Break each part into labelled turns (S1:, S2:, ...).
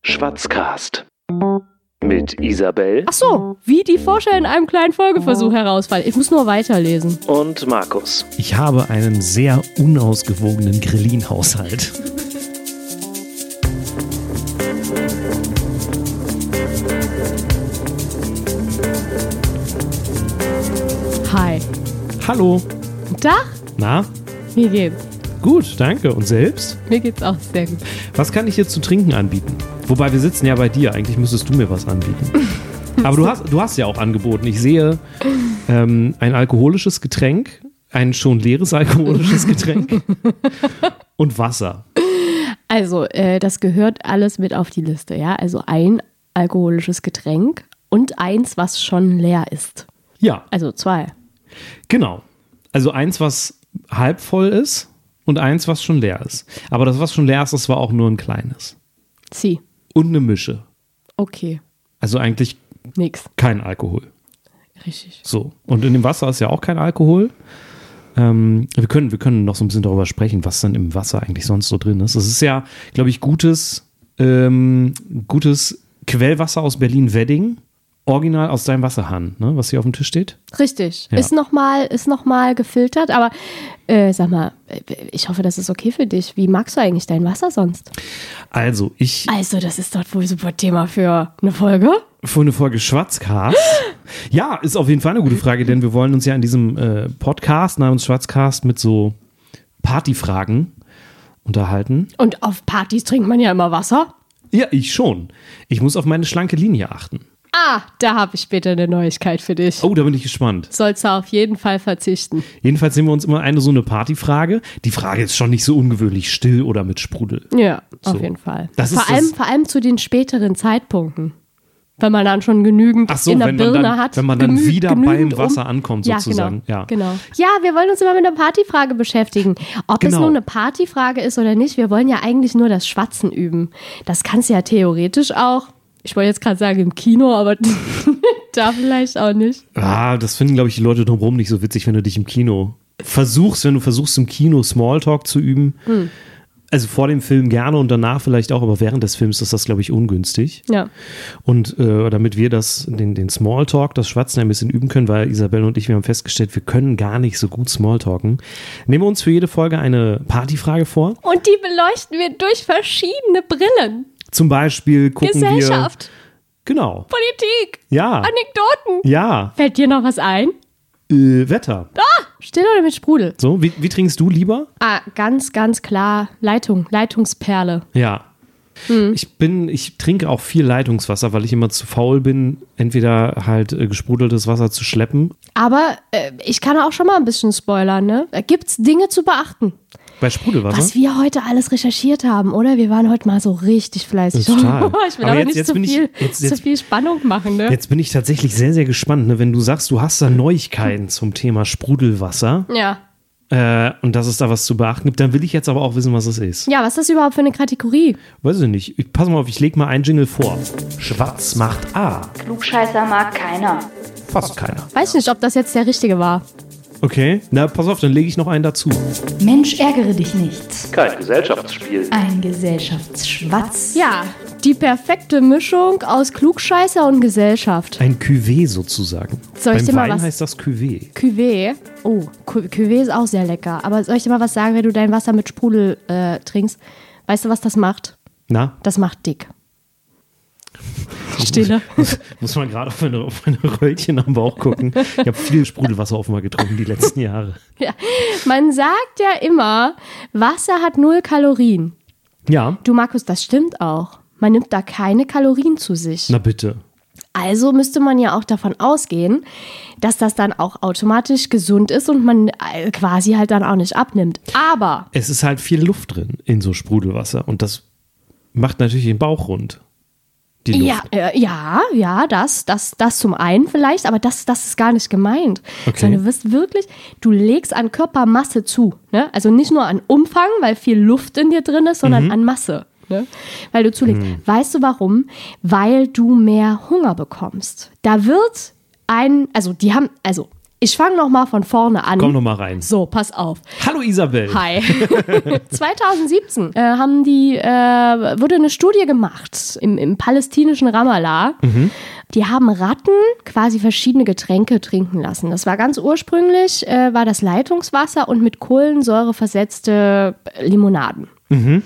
S1: Schwatzcast. Mit Isabel
S2: Ach so, wie die Forscher in einem kleinen Folgeversuch herausfallen. Ich muss nur weiterlesen.
S1: und Markus.
S3: Ich habe einen sehr unausgewogenen Grillin-Haushalt.
S2: Hi.
S3: Hallo.
S2: Guten Tag.
S3: Na?
S2: Mir geht's.
S3: Gut, danke. Und selbst?
S2: Mir geht's auch sehr gut.
S3: Was kann ich jetzt zu trinken anbieten? Wobei wir sitzen ja bei dir. Eigentlich müsstest du mir was anbieten. Aber du hast, du hast ja auch angeboten. Ich sehe ähm, ein alkoholisches Getränk, ein schon leeres alkoholisches Getränk und Wasser.
S2: Also, äh, das gehört alles mit auf die Liste, ja? Also ein alkoholisches Getränk und eins, was schon leer ist.
S3: Ja,
S2: Also zwei.
S3: genau. Also eins, was halb voll ist und eins, was schon leer ist. Aber das, was schon leer ist, das war auch nur ein kleines.
S2: Sie.
S3: Und eine Mische.
S2: Okay.
S3: Also eigentlich
S2: Nix.
S3: kein Alkohol.
S2: Richtig.
S3: So. Und in dem Wasser ist ja auch kein Alkohol. Ähm, wir, können, wir können noch so ein bisschen darüber sprechen, was dann im Wasser eigentlich sonst so drin ist. Es ist ja, glaube ich, gutes, ähm, gutes Quellwasser aus Berlin-Wedding. Original aus deinem Wasserhahn, ne, was hier auf dem Tisch steht.
S2: Richtig.
S3: Ja.
S2: Ist nochmal ist noch mal gefiltert, aber äh, sag mal, äh, ich hoffe, das ist okay für dich. Wie magst du eigentlich dein Wasser sonst?
S3: Also, ich
S2: Also, das ist doch wohl super Thema für eine Folge.
S3: für eine Folge Schwarzcast. Ja, ist auf jeden Fall eine gute Frage, denn wir wollen uns ja in diesem äh, Podcast namens Schwarzcast mit so Partyfragen unterhalten.
S2: Und auf Partys trinkt man ja immer Wasser.
S3: Ja, ich schon. Ich muss auf meine schlanke Linie achten.
S2: Ah, da habe ich später eine Neuigkeit für dich.
S3: Oh, da bin ich gespannt.
S2: Sollst du auf jeden Fall verzichten.
S3: Jedenfalls nehmen wir uns immer eine so eine Partyfrage. Die Frage ist schon nicht so ungewöhnlich still oder mit Sprudel.
S2: Ja, auf
S3: So.
S2: jeden Fall.
S3: Das ist
S2: vor, allem,
S3: das-
S2: vor allem zu den späteren Zeitpunkten. Wenn man dann schon genügend
S3: Ach so,
S2: in der
S3: wenn man
S2: Birne
S3: dann-
S2: hat.
S3: wenn man dann
S2: genü-
S3: wieder
S2: genügend
S3: beim
S2: um-
S3: Wasser ankommt, sozusagen.
S2: Ja
S3: Ja.
S2: genau, genau. Ja, wir wollen uns immer mit einer Partyfrage beschäftigen. Ob es
S3: Genau.
S2: nur eine Partyfrage ist oder nicht, wir wollen ja eigentlich nur das Schwatzen üben. Das kannst du ja theoretisch auch, ich wollte jetzt gerade sagen im Kino, aber da vielleicht auch nicht.
S3: Ah, das finden, glaube ich, die Leute drumherum nicht so witzig, wenn du dich im Kino versuchst, wenn du versuchst, im Kino Smalltalk zu üben.
S2: Hm.
S3: Also vor dem Film gerne und danach vielleicht auch, aber während des Films ist das, glaube ich, ungünstig.
S2: Ja.
S3: Und äh, damit wir das, den, den Smalltalk, das Schwatzen ein bisschen üben können, weil Isabelle und ich, wir haben festgestellt, wir können gar nicht so gut Smalltalken, nehmen wir uns für jede Folge eine Partyfrage vor.
S2: Und die beleuchten wir durch verschiedene Brillen.
S3: Zum Beispiel gucken
S2: Gesellschaft,
S3: wir. Genau.
S2: Politik,
S3: Ja.
S2: Anekdoten.
S3: Ja.
S2: Fällt dir noch was ein?
S3: Äh, Wetter.
S2: Still oder mit Sprudel?
S3: So, wie, wie trinkst du lieber?
S2: Ah, ganz, ganz klar. Leitung, Leitungsperle.
S3: Ja.
S2: Hm.
S3: Ich bin, ich trinke auch viel Leitungswasser, weil ich immer zu faul bin, entweder halt äh, gesprudeltes Wasser zu schleppen.
S2: Aber äh, ich kann auch schon mal ein bisschen spoilern, ne? Da gibt's Dinge zu beachten.
S3: Bei Sprudelwasser.
S2: Was wir heute alles recherchiert haben, oder? Wir waren heute mal so richtig fleißig.
S3: Total.
S2: ich will
S3: Aber
S2: aber,
S3: jetzt-
S2: nicht
S3: jetzt
S2: zu,
S3: bin ich-
S2: viel,
S3: jetzt-
S2: zu
S3: jetzt-
S2: viel Spannung machen, ne?
S3: Jetzt bin ich tatsächlich sehr, sehr gespannt, ne? wenn du sagst, du hast da Neuigkeiten zum Thema Sprudelwasser
S2: Ja.
S3: äh, und dass es da was zu beachten gibt, dann will ich jetzt aber auch wissen, was es ist.
S2: Ja, was ist das überhaupt für eine Kategorie?
S3: Weiß ich nicht. Ich, pass mal auf, ich leg mal einen Jingle vor. Schwarz macht A.
S4: Klugscheißer mag keiner.
S3: Fast keiner.
S2: Weiß nicht, ob das jetzt der richtige war.
S3: Okay, na pass auf, dann lege ich noch einen dazu.
S4: Mensch, ärgere dich nicht.
S1: Kein Gesellschaftsspiel.
S4: Ein Gesellschaftsschwatz.
S2: Ja, die perfekte Mischung aus Klugscheißer und Gesellschaft.
S3: Ein Cuvée sozusagen.
S2: Soll ich
S3: Beim
S2: dir mal
S3: Wein
S2: was-
S3: heißt das Cuvée.
S2: Cuvée. Oh, Cu- Cuvée ist auch sehr lecker. Aber soll ich dir mal was sagen, wenn du dein Wasser mit Sprudel äh, trinkst? Weißt du, was das macht?
S3: Na,
S2: Das macht dick. Stille.
S3: muss man gerade auf meine, auf meine Röllchen am Bauch gucken. Ich habe viel Sprudelwasser offenbar getrunken die letzten Jahre.
S2: Ja. Man sagt ja immer, Wasser hat null Kalorien.
S3: Ja,
S2: Du, Markus, das stimmt auch. Man nimmt da keine Kalorien zu sich.
S3: na bitte.
S2: Also müsste man ja auch davon ausgehen, dass das dann auch automatisch gesund ist und man äh, quasi halt dann auch nicht abnimmt. Aber
S3: Es ist halt viel Luft drin in so Sprudelwasser und das macht natürlich den Bauch rund. Die Luft.
S2: Ja, äh, ja, ja, das, das, das zum einen vielleicht, aber das, das ist gar nicht gemeint.
S3: Okay.
S2: Sondern du wirst wirklich, du legst an Körpermasse zu. Ne? Also nicht nur an Umfang, weil viel Luft in dir drin ist,
S3: Mhm.
S2: sondern an Masse. Ne? Weil du zulegst.
S3: Hm.
S2: Weißt du warum? Weil du mehr Hunger bekommst. Da wird ein, also die haben, also Ich fange nochmal von vorne an.
S3: Komm noch mal rein.
S2: So, pass auf.
S3: Hallo Isabel.
S2: Hi. 2017 äh, haben die, äh, wurde eine Studie gemacht im, im palästinischen Ramallah. Die haben Ratten quasi verschiedene Getränke trinken lassen. Das war ganz ursprünglich, äh, war das Leitungswasser und mit Kohlensäure versetzte äh, Limonaden. Und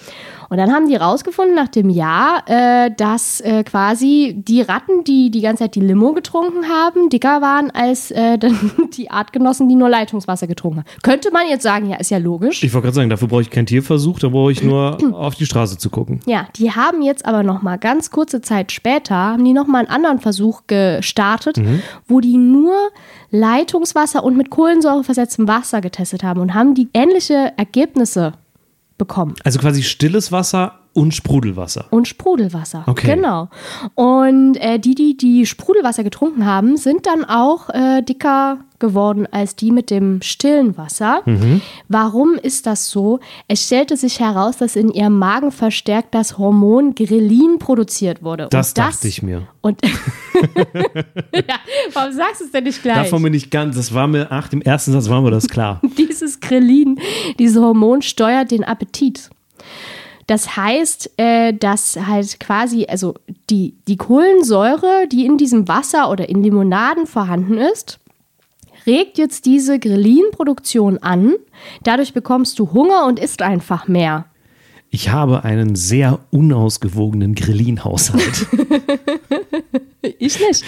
S2: dann haben die rausgefunden nach dem Jahr, äh, dass äh, quasi die Ratten, die die ganze Zeit die Limo getrunken haben, dicker waren als äh, dann die Artgenossen, die nur Leitungswasser getrunken haben. Könnte man jetzt sagen, ja, ist ja logisch.
S3: Ich wollte gerade sagen, dafür brauche ich keinen Tierversuch, da brauche ich nur auf die Straße zu gucken.
S2: Ja, die haben jetzt aber noch mal ganz kurze Zeit später haben die noch mal einen anderen Versuch gestartet, wo die nur Leitungswasser und mit Kohlensäure versetztem Wasser getestet haben und haben die ähnliche Ergebnisse bekommen.
S3: Also quasi stilles Wasser und Sprudelwasser.
S2: Und Sprudelwasser.
S3: Okay.
S2: Genau. Und äh, die, die die Sprudelwasser getrunken haben, sind dann auch äh, dicker geworden als die mit dem stillen Wasser.
S3: Mhm.
S2: Warum ist das so? Es stellte sich heraus, dass in ihrem Magen verstärkt das Hormon Grelin produziert wurde.
S3: Das
S2: Und
S3: dachte ich mir.
S2: Und ja, warum sagst du es denn nicht gleich?
S3: Davon bin ich ganz, das war mir, ach, im ersten Satz war mir das klar.
S2: dieses Grelin, dieses Hormon steuert den Appetit. Das heißt, äh, dass halt quasi, also die, die Kohlensäure, die in diesem Wasser oder in Limonaden vorhanden ist, regt jetzt diese Grelinproduktion an. Dadurch bekommst du Hunger und isst einfach mehr.
S3: Ich habe einen sehr unausgewogenen Grillin-Haushalt.
S2: Ich nicht.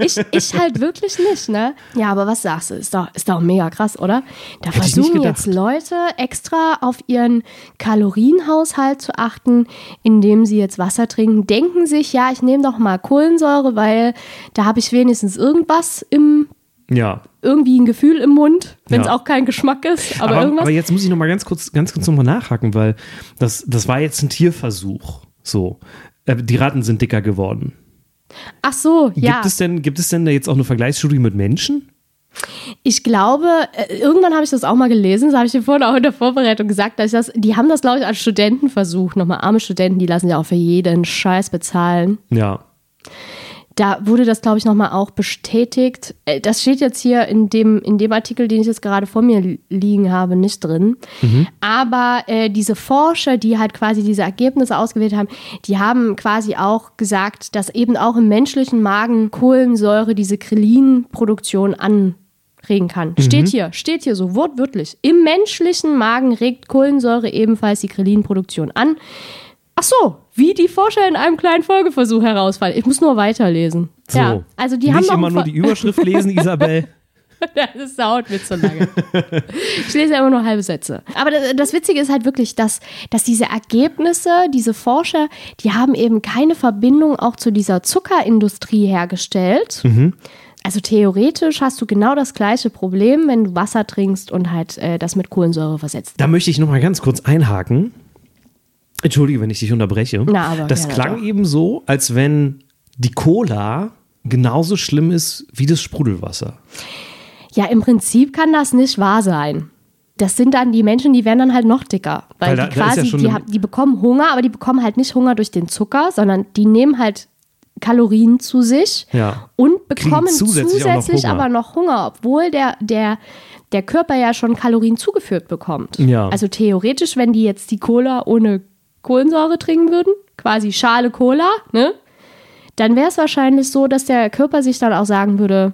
S2: Ich, ich halt wirklich nicht, ne? Ja, aber was sagst du? Ist doch, ist doch mega krass, oder? Da
S3: Hätte ich nicht
S2: versuchen
S3: gedacht.
S2: jetzt Leute extra auf ihren Kalorienhaushalt zu achten, indem sie jetzt Wasser trinken. Denken sich, ja, ich nehme doch mal Kohlensäure, weil da habe ich wenigstens irgendwas im,
S3: ja.
S2: irgendwie ein Gefühl im Mund, wenn es
S3: Ja.
S2: auch kein Geschmack ist, aber,
S3: Aber, aber,
S2: irgendwas.
S3: jetzt muss ich noch mal ganz kurz, ganz kurz noch mal nachhaken, weil das, das war jetzt ein Tierversuch. So. Äh, Die Ratten sind dicker geworden.
S2: Ach so, ja.
S3: Gibt, es denn, gibt es denn da jetzt auch eine Vergleichsstudie mit Menschen?
S2: Ich glaube, äh, irgendwann habe ich das auch mal gelesen, das habe ich dir vorhin auch in der Vorbereitung gesagt, dass ich das, die haben das, glaube ich, als Studenten versucht. Nochmal arme Studenten, die lassen ja auch für jeden Scheiß bezahlen.
S3: Ja.
S2: Da wurde das, glaube ich, nochmal auch bestätigt. Äh, Das steht jetzt hier in dem, in dem Artikel, den ich jetzt gerade vor mir li- liegen habe, nicht drin. Aber äh, diese Forscher, die halt quasi diese Ergebnisse ausgewählt haben, die haben quasi auch gesagt, dass eben auch im menschlichen Magen Kohlensäure diese Krelinproduktion anregen kann. Steht hier, steht hier so wortwörtlich. Im menschlichen Magen regt Kohlensäure ebenfalls die Krelinproduktion an. Ach so, wie die Forscher in einem kleinen Folgeversuch herausfallen. Ich muss nur weiterlesen.
S3: So.
S2: Ja, also die
S3: Nicht
S2: haben noch
S3: immer
S2: einen
S3: nur
S2: Ver-
S3: die Überschrift lesen, Isabel.
S2: das dauert mir zu lange. ich lese ja immer nur halbe Sätze. Aber das, das Witzige ist halt wirklich, dass, dass diese Ergebnisse, diese Forscher, die haben eben keine Verbindung auch zu dieser Zuckerindustrie hergestellt.
S3: Mhm.
S2: Also theoretisch hast du genau das gleiche Problem, wenn du Wasser trinkst und halt äh, das mit Kohlensäure versetzt.
S3: Da möchte ich noch mal ganz kurz einhaken. Entschuldige, wenn ich dich unterbreche.
S2: Na, aber
S3: das
S2: gerne
S3: klang
S2: doch.
S3: eben so, als wenn die Cola genauso schlimm ist wie das Sprudelwasser.
S2: Ja, im Prinzip kann das nicht wahr sein. Das sind dann die Menschen, die werden dann halt noch dicker. Weil,
S3: Weil da-
S2: die
S3: da ist ja
S2: quasi,
S3: schon
S2: die,
S3: eine-
S2: haben, die bekommen Hunger, aber die bekommen halt nicht Hunger durch den Zucker, sondern die nehmen halt Kalorien zu sich
S3: Ja.
S2: und bekommen
S3: Kriegen
S2: zusätzlich,
S3: zusätzlich auch noch Hunger.
S2: aber noch Hunger, obwohl der, der, der Körper ja schon Kalorien zugeführt bekommt.
S3: Ja.
S2: Also theoretisch, wenn die jetzt die Cola ohne Kohlensäure trinken würden, quasi Schale Cola, ne? Dann wäre es wahrscheinlich so, dass der Körper sich dann auch sagen würde,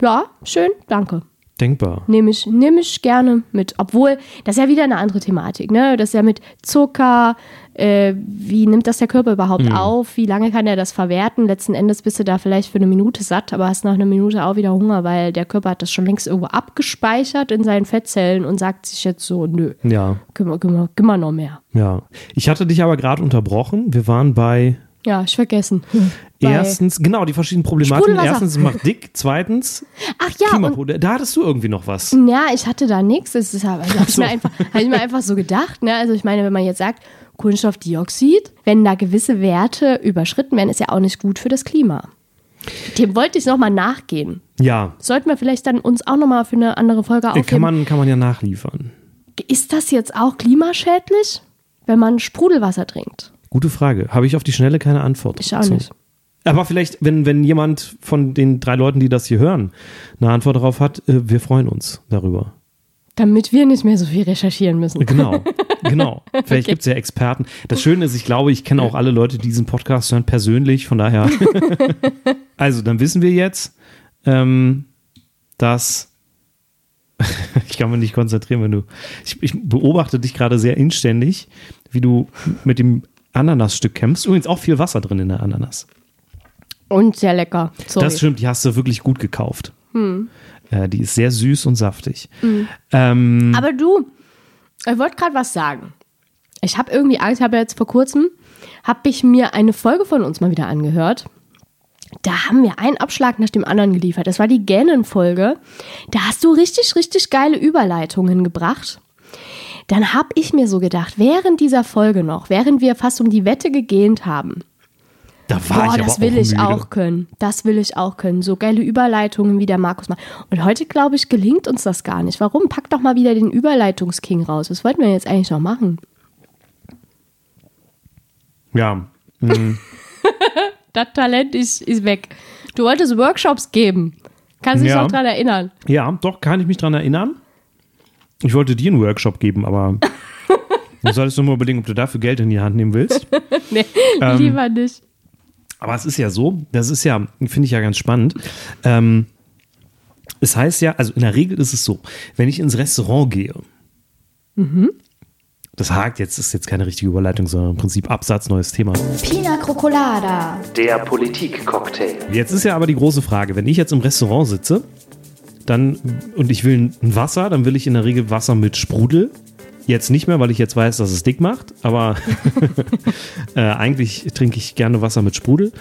S2: ja, schön, danke.
S3: Denkbar.
S2: Nehme ich, nehm ich gerne mit. Obwohl, das ist ja wieder eine andere Thematik, ne? Das ist ja mit Zucker, äh, wie nimmt das der Körper überhaupt auf? Wie lange kann er das verwerten? Letzten Endes bist du da vielleicht für eine Minute satt, aber hast nach einer Minute auch wieder Hunger, weil der Körper hat das schon längst irgendwo abgespeichert in seinen Fettzellen und sagt sich jetzt so, nö,
S3: Ja,
S2: gib, gib, mal- gib mal noch mehr.
S3: ja. Ich hatte dich aber gerade unterbrochen. Wir waren bei
S2: Ja, ich vergessen. Bei-
S3: erstens, genau, die verschiedenen Problematiken.
S2: Sprudelwasser.
S3: Erstens, es macht dick. Zweitens,
S2: Ach ja, und Mm.
S3: Klimaproblem. Da hattest du irgendwie noch was.
S2: Ja, ich hatte da nichts. Das ist aber, also habe ich, mir einfach- hab ich mir einfach so gedacht. Ne? Also ich meine, wenn man jetzt sagt, Kohlenstoffdioxid, wenn da gewisse Werte überschritten werden, ist ja auch nicht gut für das Klima. Dem wollte ich nochmal nachgehen.
S3: Ja,
S2: Sollten wir vielleicht dann uns auch nochmal für eine andere Folge aufheben.
S3: kann man, kann man ja nachliefern.
S2: ist das jetzt auch klimaschädlich, wenn man Sprudelwasser trinkt?
S3: Gute Frage. Habe ich auf die Schnelle keine Antwort.
S2: Ich auch
S3: zu.
S2: nicht.
S3: Aber vielleicht, wenn, wenn jemand von den drei Leuten, die das hier hören, eine Antwort darauf hat, äh, wir freuen uns darüber.
S2: Damit wir nicht mehr so viel recherchieren müssen.
S3: Genau, genau. Vielleicht gibt es ja Experten. Das Schöne ist, ich glaube, ich kenne auch alle Leute, die diesen Podcast hören, persönlich. Von daher. also, dann wissen wir jetzt, ähm, dass. ich kann mich nicht konzentrieren, wenn du. Ich, ich beobachte dich gerade sehr inständig, wie du mit dem Ananasstück kämpfst. Übrigens auch viel Wasser drin in der Ananas.
S2: Und sehr lecker. Sorry. Hm.
S3: Das stimmt, die hast du wirklich gut gekauft. Äh, die ist sehr süß und saftig. Ähm,
S2: Aber du, ich wollte gerade was sagen. Ich habe irgendwie Angst, habe ja jetzt vor kurzem, habe ich mir eine Folge von uns mal wieder angehört. Da haben wir einen Abschlag nach dem anderen geliefert. Das war die Gähnen-Folge. Da hast du richtig, richtig geile Überleitungen gebracht. Dann habe ich mir so gedacht, während dieser Folge noch, während wir fast um die Wette gegähnt haben,
S3: da war
S2: Boah,
S3: ich aber
S2: das
S3: auch
S2: will ich
S3: müde.
S2: auch können. Das will ich auch können. So geile Überleitungen, wie der Markus macht. Und heute, glaube ich, gelingt uns das gar nicht. Warum? Pack doch mal wieder den Überleitungsking raus. Was wollten wir jetzt eigentlich noch machen?
S3: Ja.
S2: Das Talent ist, ist weg. Du wolltest Workshops geben. Kannst dich
S3: Ja.
S2: noch dran erinnern.
S3: ja, doch, kann ich mich dran erinnern. Ich wollte dir einen Workshop geben, aber du solltest nur mal überlegen, ob du dafür Geld in die Hand nehmen willst.
S2: Nee,
S3: Ähm,
S2: lieber nicht.
S3: Aber es ist ja so, das ist ja, finde ich ja ganz spannend. Ähm, es heißt ja, also in der Regel ist es so, wenn ich ins Restaurant gehe, das hakt jetzt, ist jetzt keine richtige Überleitung, sondern im Prinzip Absatz, neues Thema.
S4: Pina Crocolada.
S1: Der Politik-Cocktail.
S3: Jetzt ist ja aber die große Frage, wenn ich jetzt im Restaurant sitze, dann und ich will ein Wasser, dann will ich in der Regel Wasser mit Sprudel. Jetzt nicht mehr, weil ich jetzt weiß, dass es dick macht, aber äh, eigentlich trinke ich gerne Wasser mit Sprudel.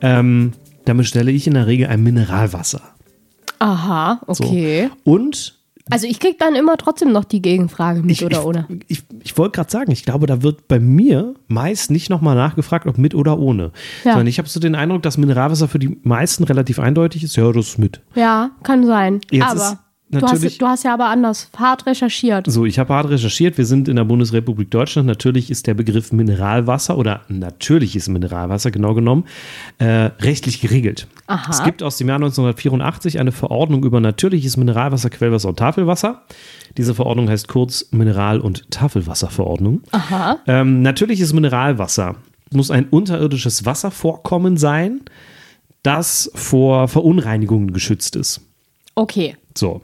S3: Ähm, dann bestelle ich in der Regel ein Mineralwasser.
S2: Aha,
S3: So.
S2: okay.
S3: Und
S2: Also ich krieg dann immer trotzdem noch die Gegenfrage mit
S3: ich,
S2: oder
S3: ich,
S2: ohne.
S3: ich, ich wollte gerade sagen, ich glaube, da wird bei mir meist nicht nochmal nachgefragt, ob mit oder ohne.
S2: Ja.
S3: Sondern ich habe so den Eindruck, dass Mineralwasser für die meisten relativ eindeutig ist. Ja, das ist mit.
S2: Ja, kann sein.
S3: Jetzt ist
S2: aber du
S3: natürlich-
S2: hast, du hast ja aber anders hart recherchiert.
S3: So, ich habe hart recherchiert. Wir sind in der Bundesrepublik Deutschland. Natürlich ist der Begriff Mineralwasser oder natürlich ist Mineralwasser genau genommen äh, rechtlich geregelt.
S2: Aha.
S3: Es gibt aus dem Jahr 1984 eine Verordnung über natürliches Mineralwasser, Quellwasser und Tafelwasser. Diese Verordnung heißt kurz Mineral- und Tafelwasserverordnung.
S2: Aha.
S3: Ähm, natürliches Mineralwasser muss ein unterirdisches Wasservorkommen sein, das vor Verunreinigungen geschützt ist.
S2: Okay.
S3: So. Also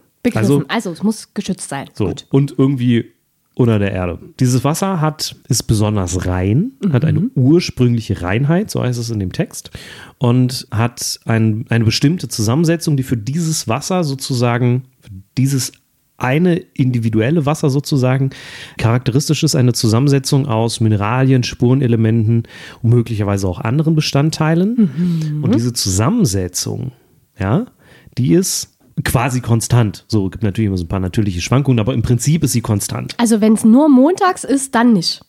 S2: Begriffen. Also, es muss geschützt sein.
S3: so.
S2: Gut.
S3: Und irgendwie unter der Erde. Dieses Wasser hat, ist besonders rein, hat eine ursprüngliche Reinheit, so heißt es in dem Text, und hat ein, eine bestimmte Zusammensetzung, die für dieses Wasser sozusagen, für dieses eine individuelle Wasser sozusagen charakteristisch ist, eine Zusammensetzung aus Mineralien, Spurenelementen und möglicherweise auch anderen Bestandteilen. Und diese Zusammensetzung, ja, die ist quasi konstant. So gibt natürlich immer so ein paar natürliche Schwankungen, aber im Prinzip ist sie konstant.
S2: Also wenn es nur montags ist, dann nicht.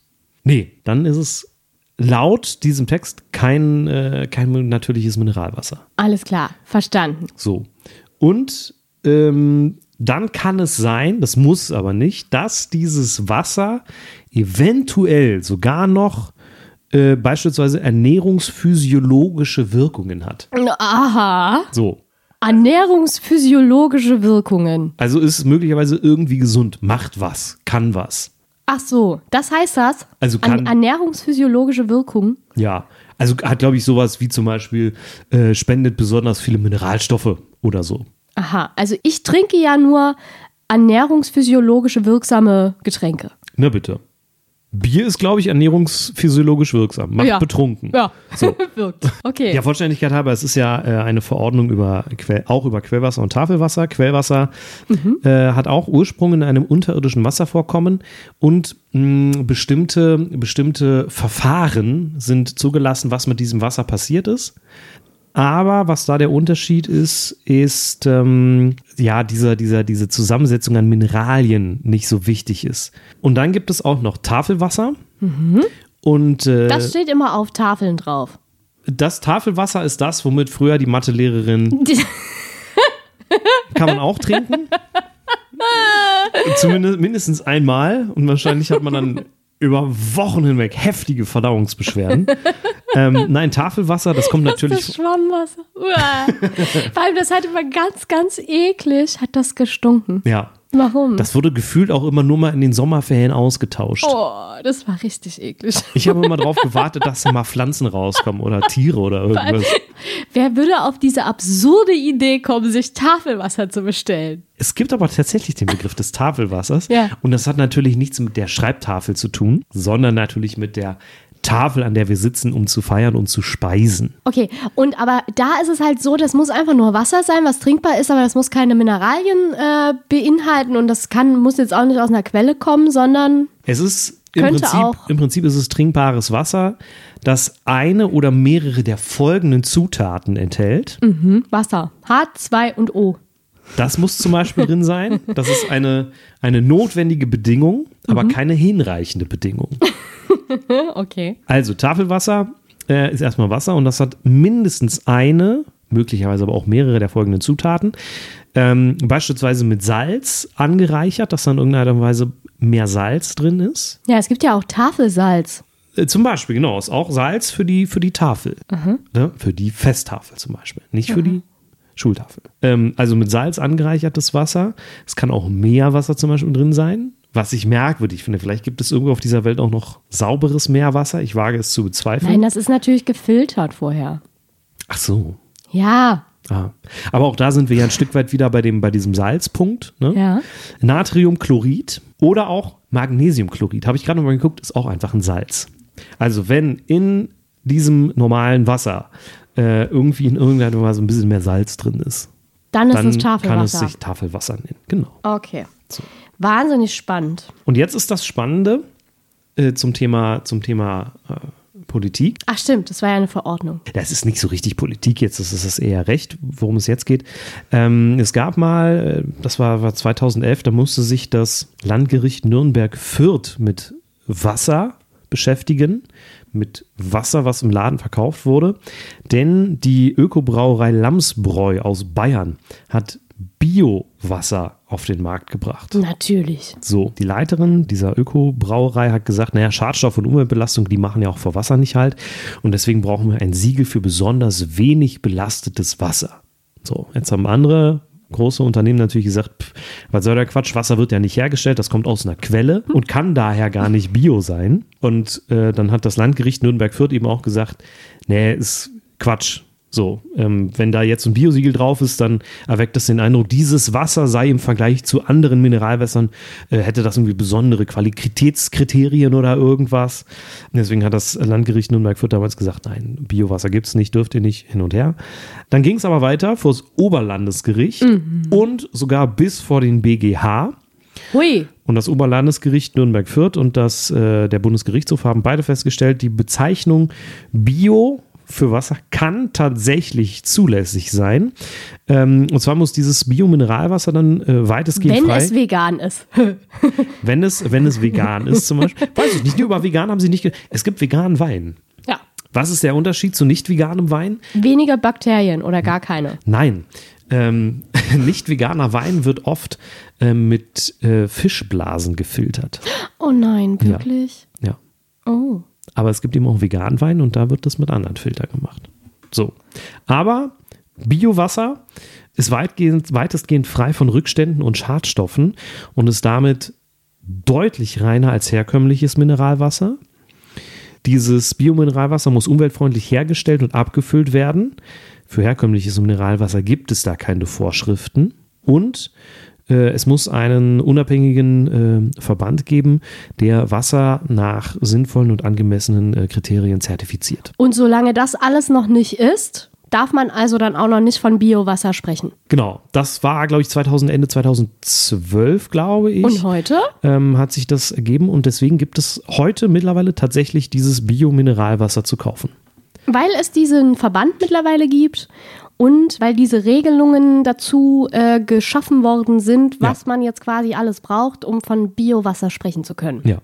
S3: Nee, dann ist es laut diesem Text kein, äh, kein natürliches Mineralwasser.
S2: Alles klar, verstanden.
S3: So. Und ähm, dann kann es sein, das muss aber nicht, dass dieses Wasser eventuell sogar noch äh, beispielsweise ernährungsphysiologische Wirkungen hat.
S2: Aha.
S3: So,
S2: Ernährungsphysiologische Wirkungen.
S3: also ist es möglicherweise irgendwie gesund, macht was, kann was.
S2: Ach so, das heißt das?
S3: Also kann-
S2: An, ernährungsphysiologische Wirkungen.
S3: Ja, also hat, glaube ich, sowas wie zum Beispiel äh, spendet besonders viele Mineralstoffe oder so.
S2: Aha, also ich trinke ja nur ernährungsphysiologische wirksame Getränke.
S3: Na Ne, bitte. Bier ist, glaube ich, ernährungsphysiologisch wirksam. Macht
S2: Ja.
S3: betrunken.
S2: Ja,
S3: So.
S2: wirkt. Okay.
S3: Ja, Vollständigkeit halber, es ist ja äh, eine Verordnung über Quell, auch über Quellwasser und Tafelwasser. Quellwasser
S2: Mhm.
S3: äh, hat auch Ursprung in einem unterirdischen Wasservorkommen und mh, bestimmte, bestimmte Verfahren sind zugelassen, was mit diesem Wasser passiert ist. Aber was da der Unterschied ist, ist ähm, ja dieser, dieser, diese Zusammensetzung an Mineralien nicht so wichtig ist. Und dann gibt es auch noch Tafelwasser. Und äh,
S2: Mhm. das steht immer auf Tafeln drauf.
S3: das Tafelwasser ist das, womit früher die Mathelehrerin kann man auch trinken. Zumindest mindestens einmal und wahrscheinlich hat man dann über Wochen hinweg heftige Verdauungsbeschwerden. ähm, nein, Tafelwasser, das kommt natürlich.
S2: Das Schwammwasser. Uah. Vor allem, das hat immer ganz, ganz eklig, hat das gestunken.
S3: ja.
S2: Warum?
S3: Das wurde gefühlt auch immer nur mal in den Sommerferien ausgetauscht.
S2: oh, das war richtig eklig.
S3: Ich habe immer darauf gewartet, dass mal Pflanzen rauskommen oder Tiere oder irgendwas.
S2: Wer würde auf diese absurde Idee kommen, sich Tafelwasser zu bestellen?
S3: Es gibt aber tatsächlich den Begriff des Tafelwassers.
S2: Ja.
S3: Und das hat natürlich nichts mit der Schreibtafel zu tun, sondern natürlich mit der Tafel, an der wir sitzen, um zu feiern und zu speisen.
S2: Okay, und aber da ist es halt so, das muss einfach nur Wasser sein, was trinkbar ist, aber das muss keine Mineralien äh, beinhalten und das kann, muss jetzt auch nicht aus einer Quelle kommen, sondern
S3: Es ist im
S2: Könnte
S3: Prinzip,
S2: auch.
S3: im Prinzip ist es trinkbares Wasser, das eine oder mehrere der folgenden Zutaten enthält.
S2: Mhm. Wasser. H2 und O.
S3: Das muss zum Beispiel drin sein. Das ist eine, eine notwendige Bedingung, aber
S2: Mhm.
S3: keine hinreichende Bedingung.
S2: Okay.
S3: Also Tafelwasser äh, ist erstmal Wasser und das hat mindestens eine, möglicherweise aber auch mehrere der folgenden Zutaten. Ähm, beispielsweise mit Salz angereichert, dass dann in irgendeiner Art und Weise mehr Salz drin ist.
S2: Ja, es gibt ja auch Tafelsalz.
S3: Äh, zum Beispiel, genau, ist auch Salz für die, für die Tafel. Ne? Für die Festtafel zum Beispiel, nicht für die Schultafel. Ähm, also mit Salz angereichertes Wasser. Es kann auch Meerwasser zum Beispiel drin sein. Was ich merkwürdig finde, vielleicht gibt es irgendwo auf dieser Welt auch noch sauberes Meerwasser. Ich wage es zu bezweifeln.
S2: Nein, das ist natürlich gefiltert vorher.
S3: Ach so.
S2: Ja.
S3: Ah. Aber auch da sind wir ja ein Stück weit wieder bei, dem, bei diesem Salzpunkt. Ne?
S2: Ja.
S3: Natriumchlorid oder auch Magnesiumchlorid. Habe ich gerade nochmal geguckt, ist auch einfach ein Salz. Also wenn in diesem normalen Wasser äh, irgendwie in irgendeiner Weise ein bisschen mehr Salz drin ist,
S2: Dann ist
S3: dann
S2: es Tafelwasser.
S3: kann es sich Tafelwasser nennen. Genau.
S2: okay. Wahnsinnig spannend.
S3: Und jetzt ist das Spannende äh, zum Thema, zum Thema äh, Politik.
S2: Ach stimmt, das war ja eine Verordnung.
S3: Das ist nicht so richtig Politik jetzt, das ist das eher Recht, worum es jetzt geht. Ähm, es gab mal, äh, das war, war 2011, da musste sich das Landgericht Nürnberg-Fürth mit Wasser beschäftigen, mit Wasser, was im Laden verkauft wurde. Denn die Ökobrauerei Lamsbräu aus Bayern hat Biowasser auf den Markt gebracht.
S2: Natürlich.
S3: So, die Leiterin dieser Öko-Brauerei hat gesagt, naja, Schadstoff und Umweltbelastung, die machen ja auch vor Wasser nicht halt. Und deswegen brauchen wir ein Siegel für besonders wenig belastetes Wasser. So, jetzt haben andere große Unternehmen natürlich gesagt, pff, was soll der Quatsch, Wasser wird ja nicht hergestellt, das kommt aus einer Quelle und kann daher gar nicht bio sein. Und äh, dann hat das Landgericht Nürnberg-Fürth eben auch gesagt, nee, ist Quatsch. So, ähm, wenn da jetzt ein Biosiegel drauf ist, dann erweckt das den Eindruck, dieses Wasser sei im Vergleich zu anderen Mineralwässern, äh, hätte das irgendwie besondere Qualitätskriterien oder irgendwas. Und deswegen hat das Landgericht Nürnberg-Fürth damals gesagt, nein, Biowasser gibt es nicht, dürft ihr nicht, hin und her. Dann ging es aber weiter vor das Oberlandesgericht und sogar bis vor den BGH.
S2: Hui.
S3: Und das Oberlandesgericht Nürnberg-Fürth und das, äh, der Bundesgerichtshof haben beide festgestellt, die Bezeichnung Bio für Wasser kann tatsächlich zulässig sein. Ähm, und zwar muss dieses Biomineralwasser dann äh, weitestgehend
S2: Wenn
S3: frei,
S2: es vegan ist.
S3: wenn, es, wenn es vegan ist zum Beispiel. Weiß ich nicht, über vegan haben sie nicht. ge- Es gibt veganen Wein.
S2: ja.
S3: Was ist der Unterschied zu nicht veganem Wein?
S2: Weniger Bakterien oder gar keine.
S3: Nein. Ähm, nicht veganer Wein wird oft ähm, mit äh, Fischblasen gefiltert.
S2: Oh nein, wirklich?
S3: Ja.
S2: Oh.
S3: Aber es gibt eben auch veganen Wein und da wird das mit anderen Filtern gemacht. So. Aber Biowasser ist weitgehend, weitestgehend frei von Rückständen und Schadstoffen und ist damit deutlich reiner als herkömmliches Mineralwasser. Dieses Biomineralwasser muss umweltfreundlich hergestellt und abgefüllt werden. Für herkömmliches Mineralwasser gibt es da keine Vorschriften. Und äh, es muss einen unabhängigen äh, Verband geben, der Wasser nach sinnvollen und angemessenen äh, Kriterien zertifiziert.
S2: Und solange das alles noch nicht ist, darf man also dann auch noch nicht von Biowasser sprechen.
S3: Genau, das war, glaube ich, 2000, Ende 2012, glaube ich.
S2: Und heute?
S3: ähm, hat sich das ergeben und deswegen gibt es heute mittlerweile tatsächlich dieses Biomineralwasser zu kaufen.
S2: Weil es diesen Verband mittlerweile gibt und weil diese Regelungen dazu äh, geschaffen worden sind, was man jetzt quasi alles braucht, um von Biowasser sprechen zu können.
S3: Ja.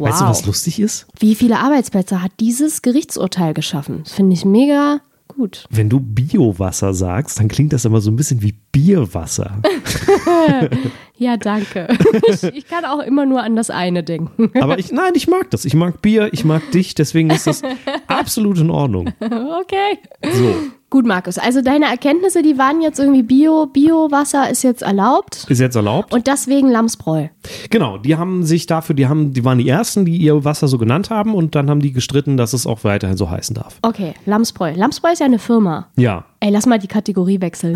S3: Weißt du,
S2: Wow.
S3: was lustig ist?
S2: Wie viele Arbeitsplätze hat dieses Gerichtsurteil geschaffen? Das finde ich mega Gut.
S3: Wenn du Biowasser sagst, dann klingt das immer so ein bisschen wie Bierwasser.
S2: Ja, danke. ich, ich kann auch immer nur an das eine denken.
S3: Aber ich, nein, ich mag das. Ich mag Bier, ich mag dich, deswegen ist das absolut in Ordnung.
S2: Okay.
S3: So,
S2: Gut, Markus. Also deine Erkenntnisse, die waren jetzt irgendwie Bio, Biowasser ist jetzt erlaubt.
S3: ist jetzt erlaubt.
S2: Und deswegen Lamsbräu.
S3: Genau, die haben sich dafür, die haben, die waren die ersten, die ihr Wasser so genannt haben und dann haben die gestritten, dass es auch weiterhin so heißen darf.
S2: Okay, Lamsbräu. Lamsbräu ist ja eine Firma.
S3: Ja.
S2: Ey, lass mal die Kategorie wechseln.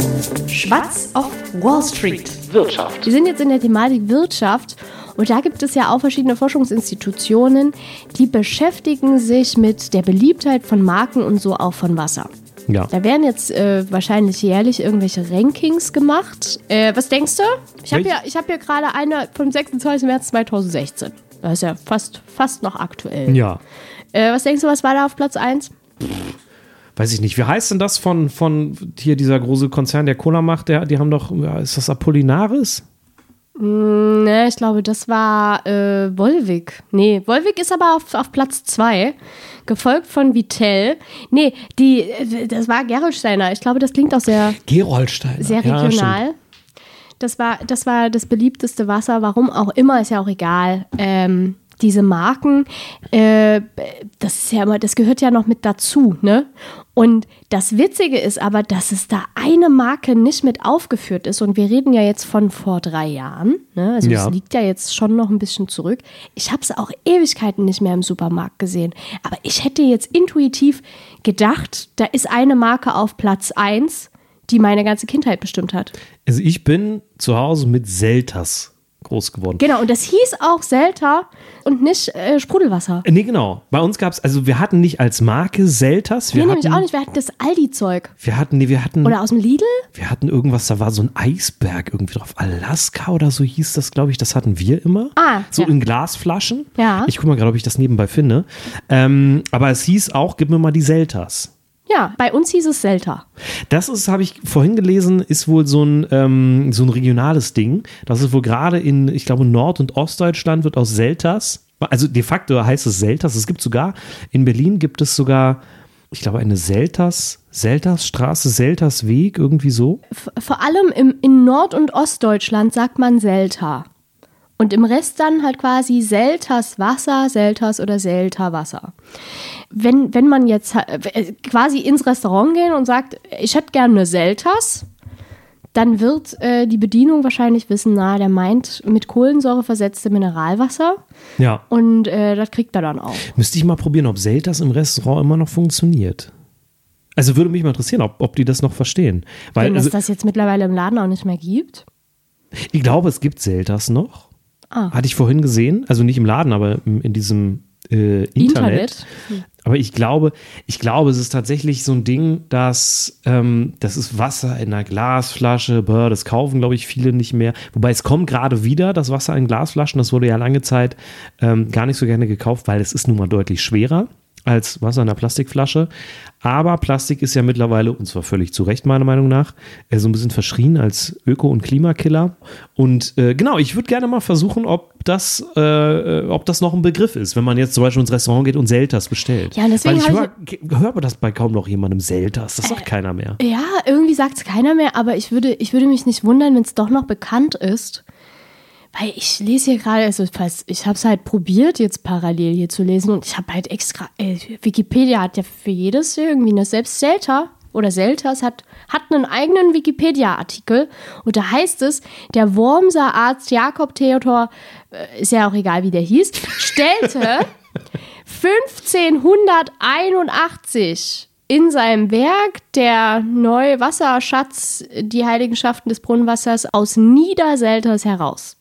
S4: Schwatz auf Wall Street.
S1: Wirtschaft,
S2: Wir sind jetzt in der Thematik Wirtschaft und da gibt es ja auch verschiedene Forschungsinstitutionen, die beschäftigen sich mit der Beliebtheit von Marken und so auch von Wasser.
S3: Ja.
S2: Da werden jetzt äh, wahrscheinlich jährlich irgendwelche Rankings gemacht. Äh, was denkst du? Ich habe
S3: Welch-
S2: hier, ich hab hier gerade eine vom 26. März 2016. Das ist ja fast, fast noch aktuell.
S3: Ja.
S2: Äh, was denkst du, was war da auf Platz 1?
S3: Weiß ich nicht. Wie heißt denn das von, von hier dieser große Konzern, der Cola macht? Der, die haben doch, ja, ist das Apollinaris?
S2: Ne, ich glaube, das war äh, Wolwig. Nee, Wolwig ist aber auf, auf Platz 2, gefolgt von Vitell. Nee, die, äh, das war Gerolsteiner. Ich glaube, das klingt auch sehr,
S3: Gerolstein.
S2: sehr regional. das, war, das war das beliebteste Wasser, warum auch immer, ist ja auch egal. Ähm, diese Marken, äh, das ist ja immer, das gehört ja noch mit dazu, ne? Und das Witzige ist aber, dass es da eine Marke nicht mit aufgeführt ist. Und wir reden ja jetzt von vor drei Jahren. Ne? Also
S3: Ja.
S2: es liegt ja jetzt schon noch ein bisschen zurück. Ich habe es auch Ewigkeiten nicht mehr im Supermarkt gesehen. Aber ich hätte jetzt intuitiv gedacht, da ist eine Marke auf Platz 1, die meine ganze Kindheit bestimmt hat.
S3: Also ich bin zu Hause mit Selters groß geworden.
S2: Genau, und das hieß auch Selta und nicht äh, Sprudelwasser.
S3: nee, genau. Bei uns gab es, also wir hatten nicht als Marke Selters, wir
S2: Wir nee, nämlich
S3: hatten,
S2: auch nicht, wir hatten das Aldi-Zeug.
S3: wir hatten, nee, wir hatten,
S2: Oder aus dem Lidl?
S3: wir hatten irgendwas, da war so ein Eisberg irgendwie drauf. Alaska oder so hieß das, glaube ich, das hatten wir immer.
S2: Ah,
S3: So
S2: ja.
S3: in Glasflaschen.
S2: Ja.
S3: Ich gucke mal gerade, ob ich das nebenbei finde. Ähm, aber es hieß auch, gib mir mal die Selters.
S2: Ja, bei uns hieß es Selta.
S3: Das ist, habe ich vorhin gelesen, ist wohl so ein, ähm, so ein regionales Ding. Das ist wohl gerade in, ich glaube, Nord- und Ostdeutschland wird aus Selters, also de facto heißt es Selters. Es gibt sogar, in Berlin gibt es sogar, ich glaube, eine Selters, Seltersstraße, Seltersweg, irgendwie so.
S2: V- Vor allem im, in Nord- und Ostdeutschland sagt man Selta. Und im Rest dann halt quasi Seltas Wasser, Seltas oder Selta Wasser. Wenn, wenn man jetzt äh, quasi ins Restaurant gehen und sagt, ich hätte gerne eine Seltas, dann wird äh, die Bedienung wahrscheinlich wissen, na, der meint mit Kohlensäure versetzte Mineralwasser.
S3: Ja.
S2: Und äh, das kriegt er dann auch.
S3: Müsste ich mal probieren, ob Selters im Restaurant immer noch funktioniert. Also würde mich mal interessieren, ob, ob die das noch verstehen. Weil
S2: Wenn es
S3: also,
S2: das jetzt mittlerweile im Laden auch nicht mehr gibt.
S3: ich glaube, es gibt Selters noch.
S2: Ah.
S3: Hatte ich vorhin gesehen. Also nicht im Laden, aber im- in diesem äh, Internet.
S2: Internet.
S3: Aber ich glaube, ich glaube, es ist tatsächlich so ein Ding, dass ähm, das ist Wasser in einer Glasflasche. Bäh, das kaufen, glaube ich, viele nicht mehr. Wobei es kommt gerade wieder, das Wasser in Glasflaschen. Das wurde ja lange Zeit ähm, gar nicht so gerne gekauft, weil es ist nun mal deutlich schwerer als Wasser in einer Plastikflasche. Aber Plastik ist ja mittlerweile, und zwar völlig zu Recht meiner Meinung nach, äh, so ein bisschen verschrien als Öko- und Klimakiller. Und äh, genau, ich würde gerne mal versuchen, ob das, äh, äh, ob das noch ein Begriff ist, wenn man jetzt zum Beispiel ins Restaurant geht und Selters bestellt.
S2: Ja, und deswegen
S3: Weil
S2: hab Äh.
S3: ich höre hör aber das bei kaum noch jemandem Selters. Das sagt keiner mehr.
S2: Ja, irgendwie sagt es keiner mehr, aber ich würde, ich würde mich nicht wundern, wenn es doch noch bekannt ist. Weil ich lese hier gerade, also falls- ich habe es halt probiert, jetzt parallel hier zu lesen und ich habe halt extra, äh, Wikipedia hat ja für jedes irgendwie eine, selbst Selta oder Seltas hat, hat einen eigenen Wikipedia-Artikel und da heißt es, der Wormser Arzt Jakob Theodor, äh, ist ja auch egal wie der hieß, stellte 1581 in seinem Werk Der neue Wasserschatz, die Heiligenschaften des Brunnenwassers aus Niederselters heraus.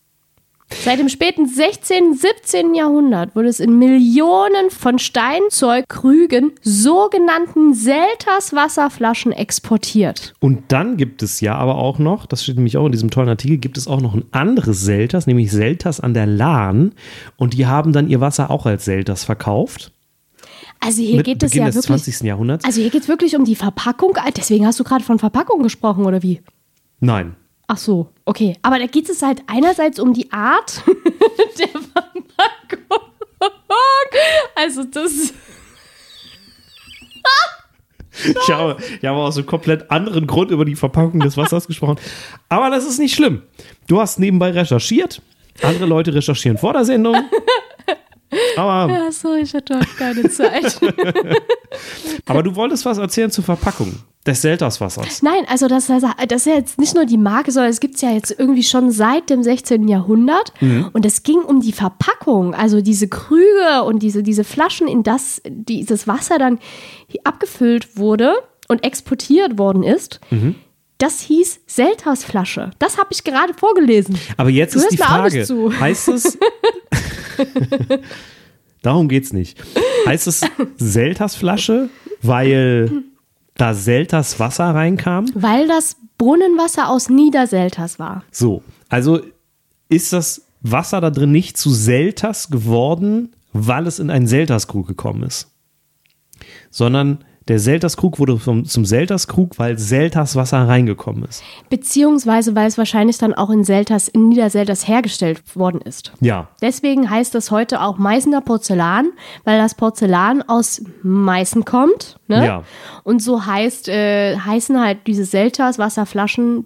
S2: Seit dem späten 16., 17. Jahrhundert wurde es in Millionen von Steinzeugkrügen, sogenannten Selters Wasserflaschen, exportiert.
S3: Und dann gibt es ja aber auch noch, das steht nämlich auch in diesem tollen Artikel, gibt es auch noch ein anderes Selters, nämlich Selters an der Lahn. Und die haben dann ihr Wasser auch als Selters verkauft.
S2: Also hier
S3: mit
S2: geht es
S3: Beginn
S2: ja
S3: des
S2: wirklich.
S3: 20. Jahrhunderts.
S2: Also hier geht es wirklich um die Verpackung. Deswegen hast du gerade von Verpackung gesprochen, oder wie?
S3: Nein.
S2: Ach so, okay. Aber da geht es halt einerseits um die Art der Verpackung. Also das
S3: Ich habe, ich habe aus einem komplett anderen Grund über die Verpackung des Wassers gesprochen. Aber das ist nicht schlimm. Du hast nebenbei recherchiert. Andere Leute recherchieren vor der Sendung. Aber,
S2: Ja, sorry, ich hatte heute keine Zeit.
S3: aber du wolltest was erzählen zur Verpackung des Selterswassers.
S2: Nein, also das, das ist ja jetzt nicht nur die Marke, sondern es gibt es ja jetzt irgendwie schon seit dem 16. Jahrhundert. Und es ging um die Verpackung, also diese Krüge und diese, diese Flaschen, in das dieses Wasser dann abgefüllt wurde und exportiert worden ist. Das hieß Selters Flasche. Das habe ich gerade vorgelesen.
S3: Aber jetzt
S2: Du
S3: ist die
S2: hörst mir auch nicht
S3: Frage:
S2: zu.
S3: Heißt es. Darum geht's nicht. Heißt es Selters Flasche, weil da Selters Wasser reinkam?
S2: Weil das Brunnenwasser aus Niederselters war.
S3: So, also ist das Wasser da drin nicht zu Selters geworden, weil es in einen Selterskrug gekommen ist. Sondern der Selterskrug wurde vom, zum Selterskrug, weil Selters Wasser reingekommen ist.
S2: Beziehungsweise, weil es wahrscheinlich dann auch in Selters, in Niederselters hergestellt worden ist.
S3: Ja.
S2: Deswegen heißt das heute auch Meißner Porzellan, weil das Porzellan aus Meißen kommt. Ne?
S3: Ja.
S2: Und so heißt, äh, heißen halt diese Selters Wasserflaschen,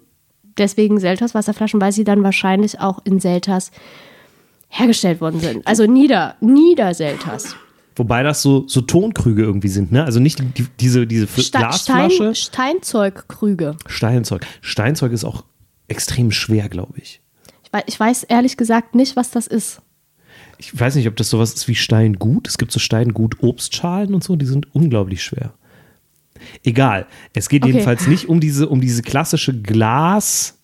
S2: deswegen Selters Wasserflaschen, weil sie dann wahrscheinlich auch in Selters hergestellt worden sind. Also Nieder, Niederselters.
S3: Wobei das so, so Tonkrüge irgendwie sind, ne? Also nicht die, diese, diese F-
S2: Sta-
S3: Glasflasche.
S2: Stein, Steinzeugkrüge.
S3: Steinzeug. Steinzeug ist auch extrem schwer, glaube ich.
S2: Ich wei- Ich weiß ehrlich gesagt nicht, was das ist.
S3: Ich weiß nicht, ob das sowas ist wie Steingut. Es gibt so Steingut Obstschalen und so, die sind unglaublich schwer. Egal. Es geht
S2: Okay.
S3: jedenfalls nicht um diese, um diese klassische Glas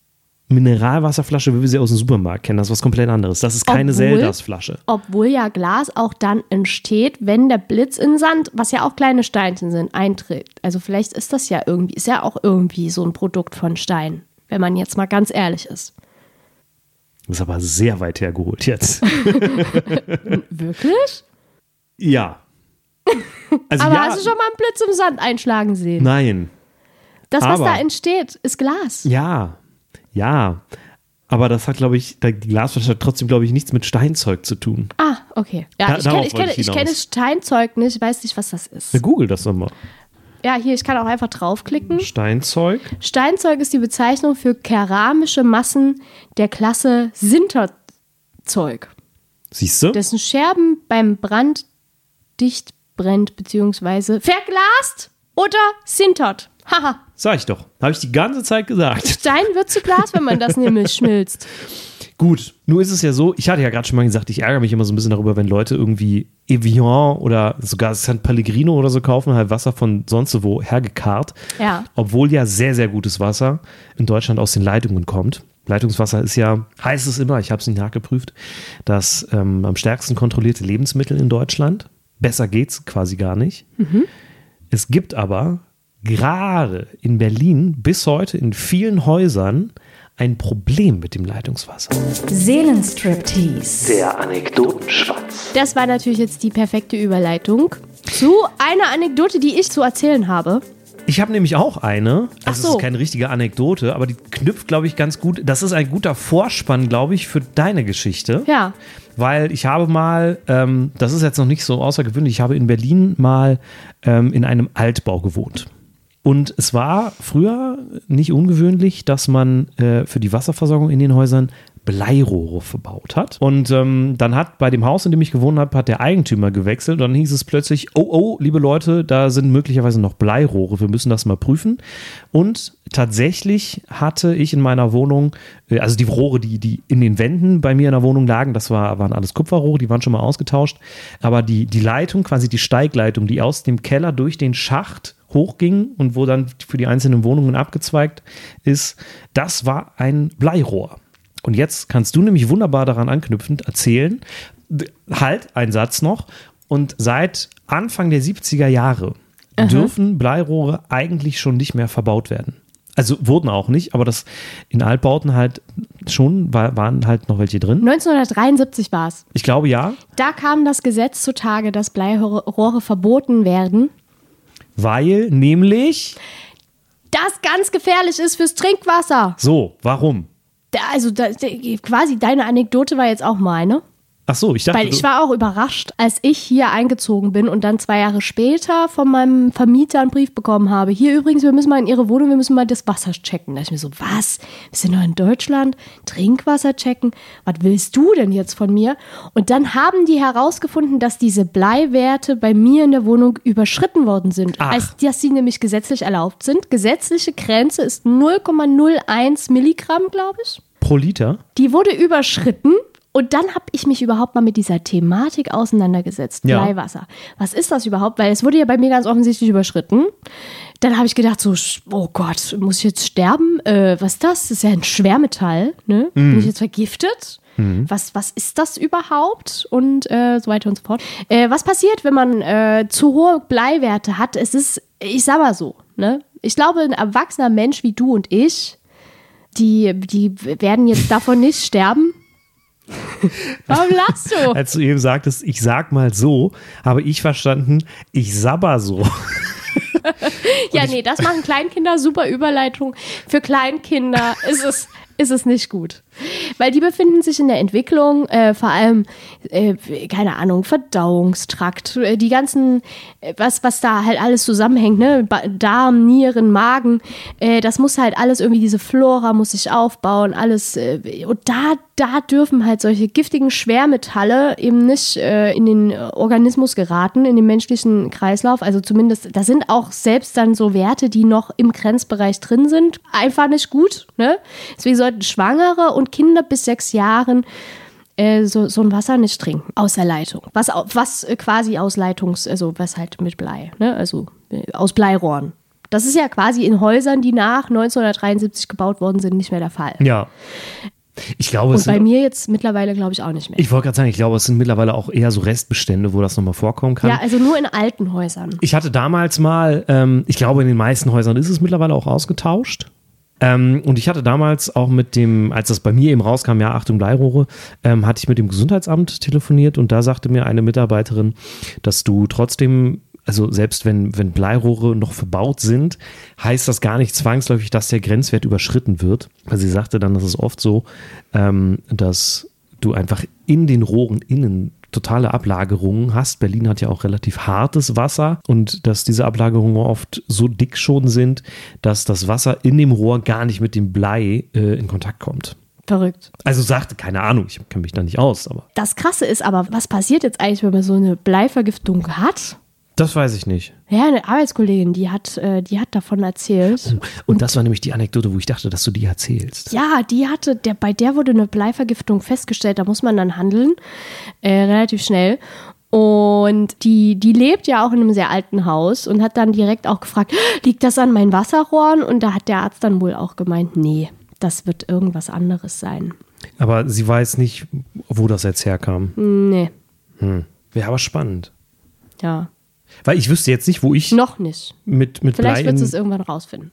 S3: Mineralwasserflasche, wie wir sie aus dem Supermarkt kennen. Das ist was komplett anderes. Das ist keine
S2: Obwohl-
S3: Seldas-Flasche.
S2: Obwohl ja Glas auch dann entsteht, wenn der Blitz in Sand, was ja auch kleine Steinchen sind, eintritt. Also vielleicht ist das ja irgendwie, ist ja auch irgendwie so ein Produkt von Stein, wenn man jetzt mal ganz ehrlich ist.
S3: Das ist aber sehr weit hergeholt jetzt.
S2: Wirklich?
S3: ja. Also
S2: Aber
S3: ja,
S2: hast du schon mal einen Blitz im Sand einschlagen sehen?
S3: nein.
S2: das, was
S3: aber-
S2: da entsteht, ist Glas.
S3: Ja, ja. Aber das hat, glaube ich, da- die Glasflasche hat trotzdem, glaube ich, nichts mit Steinzeug zu tun.
S2: Ah, okay.
S3: Da-
S2: Ja, ich, kenne,
S3: darauf
S2: ich, kenne,
S3: wollte ich
S2: ich kenne
S3: hinaus.
S2: Steinzeug nicht, ich weiß nicht, was das ist.
S3: Na, Google das doch mal.
S2: Ja, hier, ich kann auch einfach draufklicken.
S3: Steinzeug.
S2: Steinzeug ist die Bezeichnung für keramische Massen der Klasse Sinterzeug,
S3: Siehst du?
S2: dessen Scherben beim Brand dicht brennt bzw. verglast oder sintert. Haha,
S3: Sag ich doch. Habe ich die ganze Zeit gesagt.
S2: Stein wird zu Glas, wenn man das nämlich schmilzt.
S3: Gut, nur ist es ja so, ich hatte ja gerade schon mal gesagt, ich ärgere mich immer so ein bisschen darüber, wenn Leute irgendwie Evian oder sogar San Pellegrino oder so kaufen, halt Wasser von sonst wo hergekarrt.
S2: Ja.
S3: Obwohl ja sehr, sehr gutes Wasser in Deutschland aus den Leitungen kommt. Leitungswasser ist ja, heißt es immer, ich habe es nicht nachgeprüft, das ähm, am stärksten kontrollierte Lebensmittel in Deutschland. Besser geht's quasi gar nicht. Es gibt aber gerade in Berlin bis heute in vielen Häusern ein Problem mit dem Leitungswasser.
S4: Seelenstriptease.
S1: Der Anekdotenschwanz.
S2: Das war natürlich jetzt die perfekte Überleitung zu einer Anekdote, die ich zu erzählen habe.
S3: Ich habe nämlich auch eine. Also
S2: so.
S3: es ist keine richtige Anekdote, aber die knüpft, glaube ich, ganz gut. Das ist ein guter Vorspann, glaube ich, für deine Geschichte.
S2: Ja.
S3: Weil ich habe mal, ähm, das ist jetzt noch nicht so außergewöhnlich, ich habe in Berlin mal ähm, in einem Altbau gewohnt. Und es war früher nicht ungewöhnlich, dass man äh, für die Wasserversorgung in den Häusern Bleirohre verbaut hat. Und ähm, dann hat bei dem Haus, in dem ich gewohnt habe, hat der Eigentümer gewechselt. Und dann hieß es plötzlich, oh, oh, liebe Leute, da sind möglicherweise noch Bleirohre. Wir müssen das mal prüfen. Und tatsächlich hatte ich in meiner Wohnung, äh, also die Rohre, die, die in den Wänden bei mir in der Wohnung lagen, das war, waren alles Kupferrohre, die waren schon mal ausgetauscht. Aber die, die Leitung, quasi die Steigleitung, die aus dem Keller durch den Schacht hochging und wo dann für die einzelnen Wohnungen abgezweigt ist, das war ein Bleirohr. Und jetzt kannst du nämlich wunderbar daran anknüpfend erzählen, d- halt, ein Satz noch, und seit Anfang der 70er Jahre dürfen Bleirohre eigentlich schon nicht mehr verbaut werden. Also wurden auch nicht, aber das in Altbauten halt schon, wa- waren halt noch welche drin.
S2: 1973 war es.
S3: Ich glaube ja,
S2: Da kam das Gesetz zutage, dass Bleirohre verboten werden.
S3: weil nämlich,
S2: Das ganz gefährlich ist fürs Trinkwasser.
S3: so, warum?
S2: Da, also da, da, quasi deine Anekdote war jetzt auch meine.
S3: Ach so, ich dachte.
S2: Weil
S3: du-
S2: ich war auch überrascht, als ich hier eingezogen bin und dann zwei Jahre später von meinem Vermieter einen Brief bekommen habe. Hier übrigens, wir müssen mal in Ihre Wohnung, wir müssen mal das Wasser checken. Da ich mir so, was? Wir sind doch in Deutschland, Trinkwasser checken. Was willst du denn jetzt von mir? Und dann haben die herausgefunden, dass diese Bleiwerte bei mir in der Wohnung überschritten worden sind.
S3: Ach.
S2: Als dass sie nämlich gesetzlich erlaubt sind. Gesetzliche Grenze ist 0,01 Milligramm, glaube ich
S3: pro Liter.
S2: die wurde überschritten. Und dann habe ich mich überhaupt mal mit dieser Thematik auseinandergesetzt.
S3: Ja.
S2: Bleiwasser. Was ist das überhaupt? Weil es wurde ja bei mir ganz offensichtlich überschritten. Dann habe ich gedacht, so, sch- oh Gott, muss ich jetzt sterben? Äh, was ist das? Das ist ja ein Schwermetall. Ne? Bin ich jetzt vergiftet? Was, was ist das überhaupt? Und äh, so weiter und so fort. Äh, was passiert, wenn man äh, zu hohe Bleiwerte hat? Es ist, ich sag mal so, ne? ich glaube, ein erwachsener Mensch wie du und ich die, die werden jetzt davon nicht sterben. Warum lachst du?
S3: Als du eben sagtest, ich sag mal so, habe ich verstanden, ich sabber so.
S2: Ja, nee, das machen Kleinkinder super Überleitung. Für Kleinkinder ist es, ist es nicht gut. Weil die befinden sich in der Entwicklung, äh, vor allem, äh, keine Ahnung, Verdauungstrakt, äh, die ganzen, äh, was, was da halt alles zusammenhängt, ne? Ba Darm, Nieren, Magen, äh, das muss halt alles irgendwie, diese Flora muss sich aufbauen, alles. Äh, und da, da dürfen halt solche giftigen Schwermetalle eben nicht äh, in den Organismus geraten, in den menschlichen Kreislauf. Also zumindest, da sind auch selbst dann so Werte, die noch im Grenzbereich drin sind, einfach nicht gut. Ne? Deswegen sollten Schwangere und Kinder bis sechs Jahren äh, so, so ein Wasser nicht trinken, außer Leitung. Was, au- was äh, quasi aus Leitungs, also was halt mit Blei, ne? also äh, aus Bleirohren. Das ist ja quasi in Häusern, die nach 1973 gebaut worden sind, nicht mehr der Fall.
S3: Ja. Ich glaube, es
S2: Und bei
S3: sind,
S2: mir jetzt mittlerweile, glaube ich, auch nicht mehr.
S3: ich wollte gerade sagen, ich glaube, es sind mittlerweile auch eher so Restbestände, wo das nochmal vorkommen kann.
S2: ja, also nur in alten Häusern.
S3: Ich hatte damals mal, ähm, ich glaube, in den meisten Häusern ist es mittlerweile auch ausgetauscht. Ähm, und ich hatte damals auch mit dem, als das bei mir eben rauskam, ja, Achtung Bleirohre, ähm, hatte ich mit dem Gesundheitsamt telefoniert und da sagte mir eine Mitarbeiterin, dass du trotzdem, also selbst wenn, wenn Bleirohre noch verbaut sind, heißt das gar nicht zwangsläufig, dass der Grenzwert überschritten wird. Weil sie sagte dann, das ist oft so, ähm, dass du einfach in den Rohren innen totale Ablagerungen hast. Berlin hat ja auch relativ hartes Wasser und dass diese Ablagerungen oft so dick schon sind, dass das Wasser in dem Rohr gar nicht mit dem Blei äh, in Kontakt kommt.
S2: Verrückt.
S3: Also sagte, keine Ahnung, ich kenne mich da nicht aus, aber
S2: Das Krasse ist aber, was passiert jetzt eigentlich, wenn man so eine Bleivergiftung hat?
S3: das weiß ich nicht.
S2: Ja, eine Arbeitskollegin, die hat, äh, die hat davon erzählt.
S3: Und das war nämlich die Anekdote, wo ich dachte, dass du die erzählst.
S2: Ja, die hatte, der, bei der wurde eine Bleivergiftung festgestellt, da muss man dann handeln, äh, relativ schnell. Und die, die lebt ja auch in einem sehr alten Haus und hat dann direkt auch gefragt, liegt das an meinen Wasserrohren? Und da hat der Arzt dann wohl auch gemeint, nee, das wird irgendwas anderes sein.
S3: Aber sie weiß nicht, wo das jetzt herkam.
S2: Nee,
S3: Hm. Wäre aber spannend.
S2: ja,
S3: Weil ich wüsste jetzt nicht, wo ich
S2: noch nicht.
S3: mit, mit
S2: Vielleicht
S3: Blei
S2: wird
S3: in,
S2: es irgendwann rausfinden.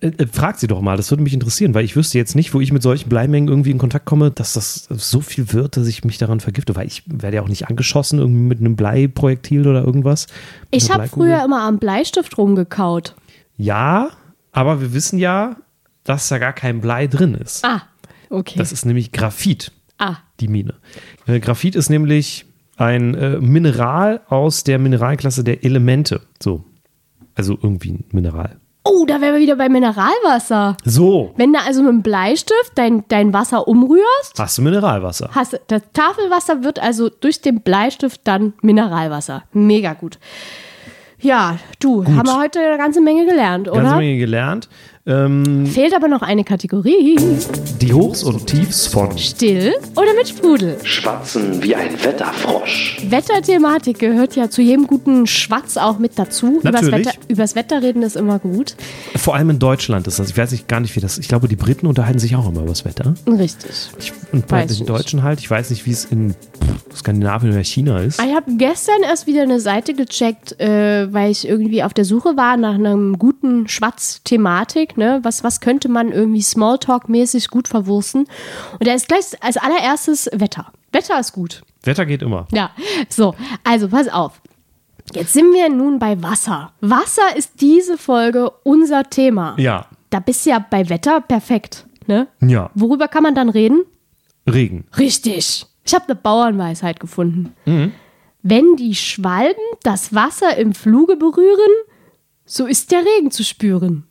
S3: Äh, äh, frag sie doch mal, das würde mich interessieren, weil ich wüsste jetzt nicht, wo ich mit solchen Bleimengen irgendwie in Kontakt komme, dass das so viel wird, dass ich mich daran vergifte, weil ich werde ja auch nicht angeschossen irgendwie mit einem Bleiprojektil oder irgendwas. Mit
S2: Ich
S3: einer
S2: habe
S3: Bleikugel.
S2: früher immer am Bleistift rumgekaut.
S3: Ja, aber wir wissen ja, dass da gar kein Blei drin ist.
S2: Ah, okay.
S3: Das ist nämlich Graphit,
S2: ah,
S3: die Mine. Äh, Graphit ist nämlich ein äh, Mineral aus der Mineralklasse der Elemente. So. Also irgendwie ein Mineral.
S2: oh, da wären wir wieder bei Mineralwasser.
S3: So.
S2: Wenn du also mit dem Bleistift dein, dein Wasser umrührst,
S3: Hast du Mineralwasser?
S2: hast du, das Tafelwasser wird also durch den Bleistift dann Mineralwasser. Mega gut. Ja, du, haben wir heute eine ganze Menge gelernt, oder?
S3: Ganze Menge gelernt. Ähm,
S2: Fehlt aber noch eine Kategorie.
S3: Die Hochs und Tiefs von.
S2: Still oder mit Sprudel?
S1: Schwatzen wie ein Wetterfrosch.
S2: Wetterthematik gehört ja zu jedem guten Schwatz auch mit dazu. Übers
S3: Natürlich.
S2: Wetter, übers Wetter reden ist immer gut.
S3: Vor allem in Deutschland ist das. Ich weiß nicht gar nicht, wie das. Ich glaube, die Briten unterhalten sich auch immer über das Wetter.
S2: Richtig.
S3: Ich, und bei
S2: Weiß
S3: den
S2: nicht.
S3: Deutschen halt. Ich weiß nicht, wie es in pff, Skandinavien oder China ist.
S2: Ich habe gestern erst wieder eine Seite gecheckt, äh, weil ich irgendwie auf der Suche war nach einem guten Schwatz-Thematik. Ne? Was, was könnte man irgendwie Smalltalk-mäßig gut verwursten? Und da ist gleich als allererstes Wetter. Wetter ist gut.
S3: Wetter geht immer.
S2: Ja, so, also pass auf. Jetzt sind wir nun bei Wasser. Wasser ist diese Folge unser Thema.
S3: Ja.
S2: Da bist du ja bei Wetter perfekt. Ne?
S3: Ja.
S2: Worüber kann man dann reden?
S3: Regen.
S2: Richtig. Ich habe eine Bauernweisheit gefunden. Wenn die Schwalben das Wasser im Fluge berühren, so ist der Regen zu spüren.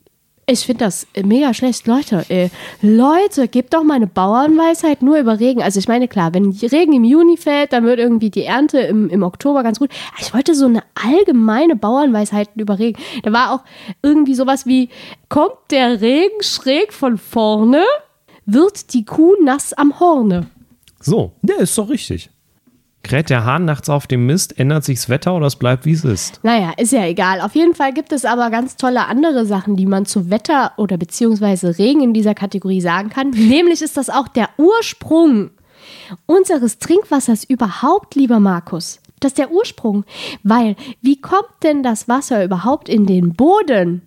S2: Ich finde das äh, mega schlecht. Leute, äh, Leute, gebt doch mal eine Bauernweisheit nur über Regen. Also ich meine, klar, wenn Regen im Juni fällt, dann wird irgendwie die Ernte im, im Oktober ganz gut. Aber Ich wollte so eine allgemeine Bauernweisheit über Regen. Da war auch irgendwie sowas wie, kommt der Regen schräg von vorne, wird die Kuh nass am Horne.
S3: So, ja, ist doch richtig. Kräht der Hahn nachts auf dem Mist, ändert sich's Wetter oder es bleibt, wie es ist?
S2: Naja, ist ja egal. Auf jeden Fall gibt es aber ganz tolle andere Sachen, die man zu Wetter oder beziehungsweise Regen in dieser Kategorie sagen kann. Nämlich ist das auch der Ursprung unseres Trinkwassers überhaupt, lieber Markus. Das ist der Ursprung. Weil, wie kommt denn das Wasser überhaupt in den Boden?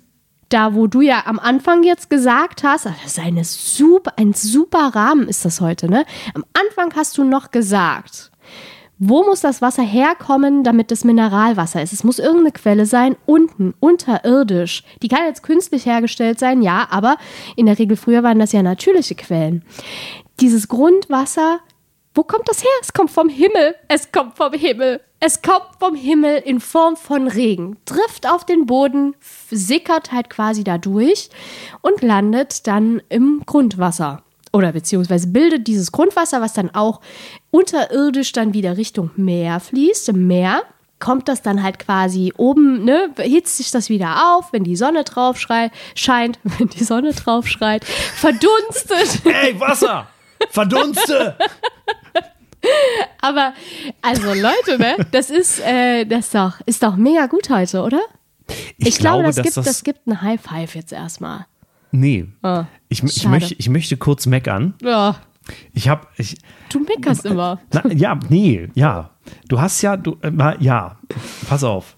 S2: Da, wo du ja am Anfang jetzt gesagt hast, ach, das ist eine super, ein super Rahmen ist das heute, ne? Am Anfang hast du noch gesagt, wo muss das Wasser herkommen, damit es Mineralwasser ist? Es muss irgendeine Quelle sein, unten, unterirdisch. Die kann jetzt künstlich hergestellt sein, ja, aber in der Regel früher waren das ja natürliche Quellen. Dieses Grundwasser, wo kommt das her? Es kommt vom Himmel. Es kommt vom Himmel. Es kommt vom Himmel in Form von Regen. Trifft auf den Boden, f- sickert halt quasi da durch und landet dann im Grundwasser oder beziehungsweise bildet dieses Grundwasser, was dann auch unterirdisch dann wieder Richtung Meer fließt, im Meer, kommt das dann halt quasi oben, ne, hitzt sich das wieder auf, wenn die Sonne drauf schrei scheint, wenn die Sonne drauf schreit, verdunstet.
S3: Ey, Wasser! Verdunste!
S2: Aber, also Leute, ne, das ist, äh, das ist doch, ist doch mega gut heute, oder? Ich, glaube, das,
S3: dass
S2: gibt, das gibt einen High Five jetzt erstmal.
S3: Nee. ich, ich,
S2: Ah. schade.
S3: möchte, ich möchte kurz meckern.
S2: Ja,
S3: Ich habe. Ich,
S2: du meckerst immer.
S3: na, ja, nee, ja. Du hast ja. Du, äh, mal- ja, pass auf.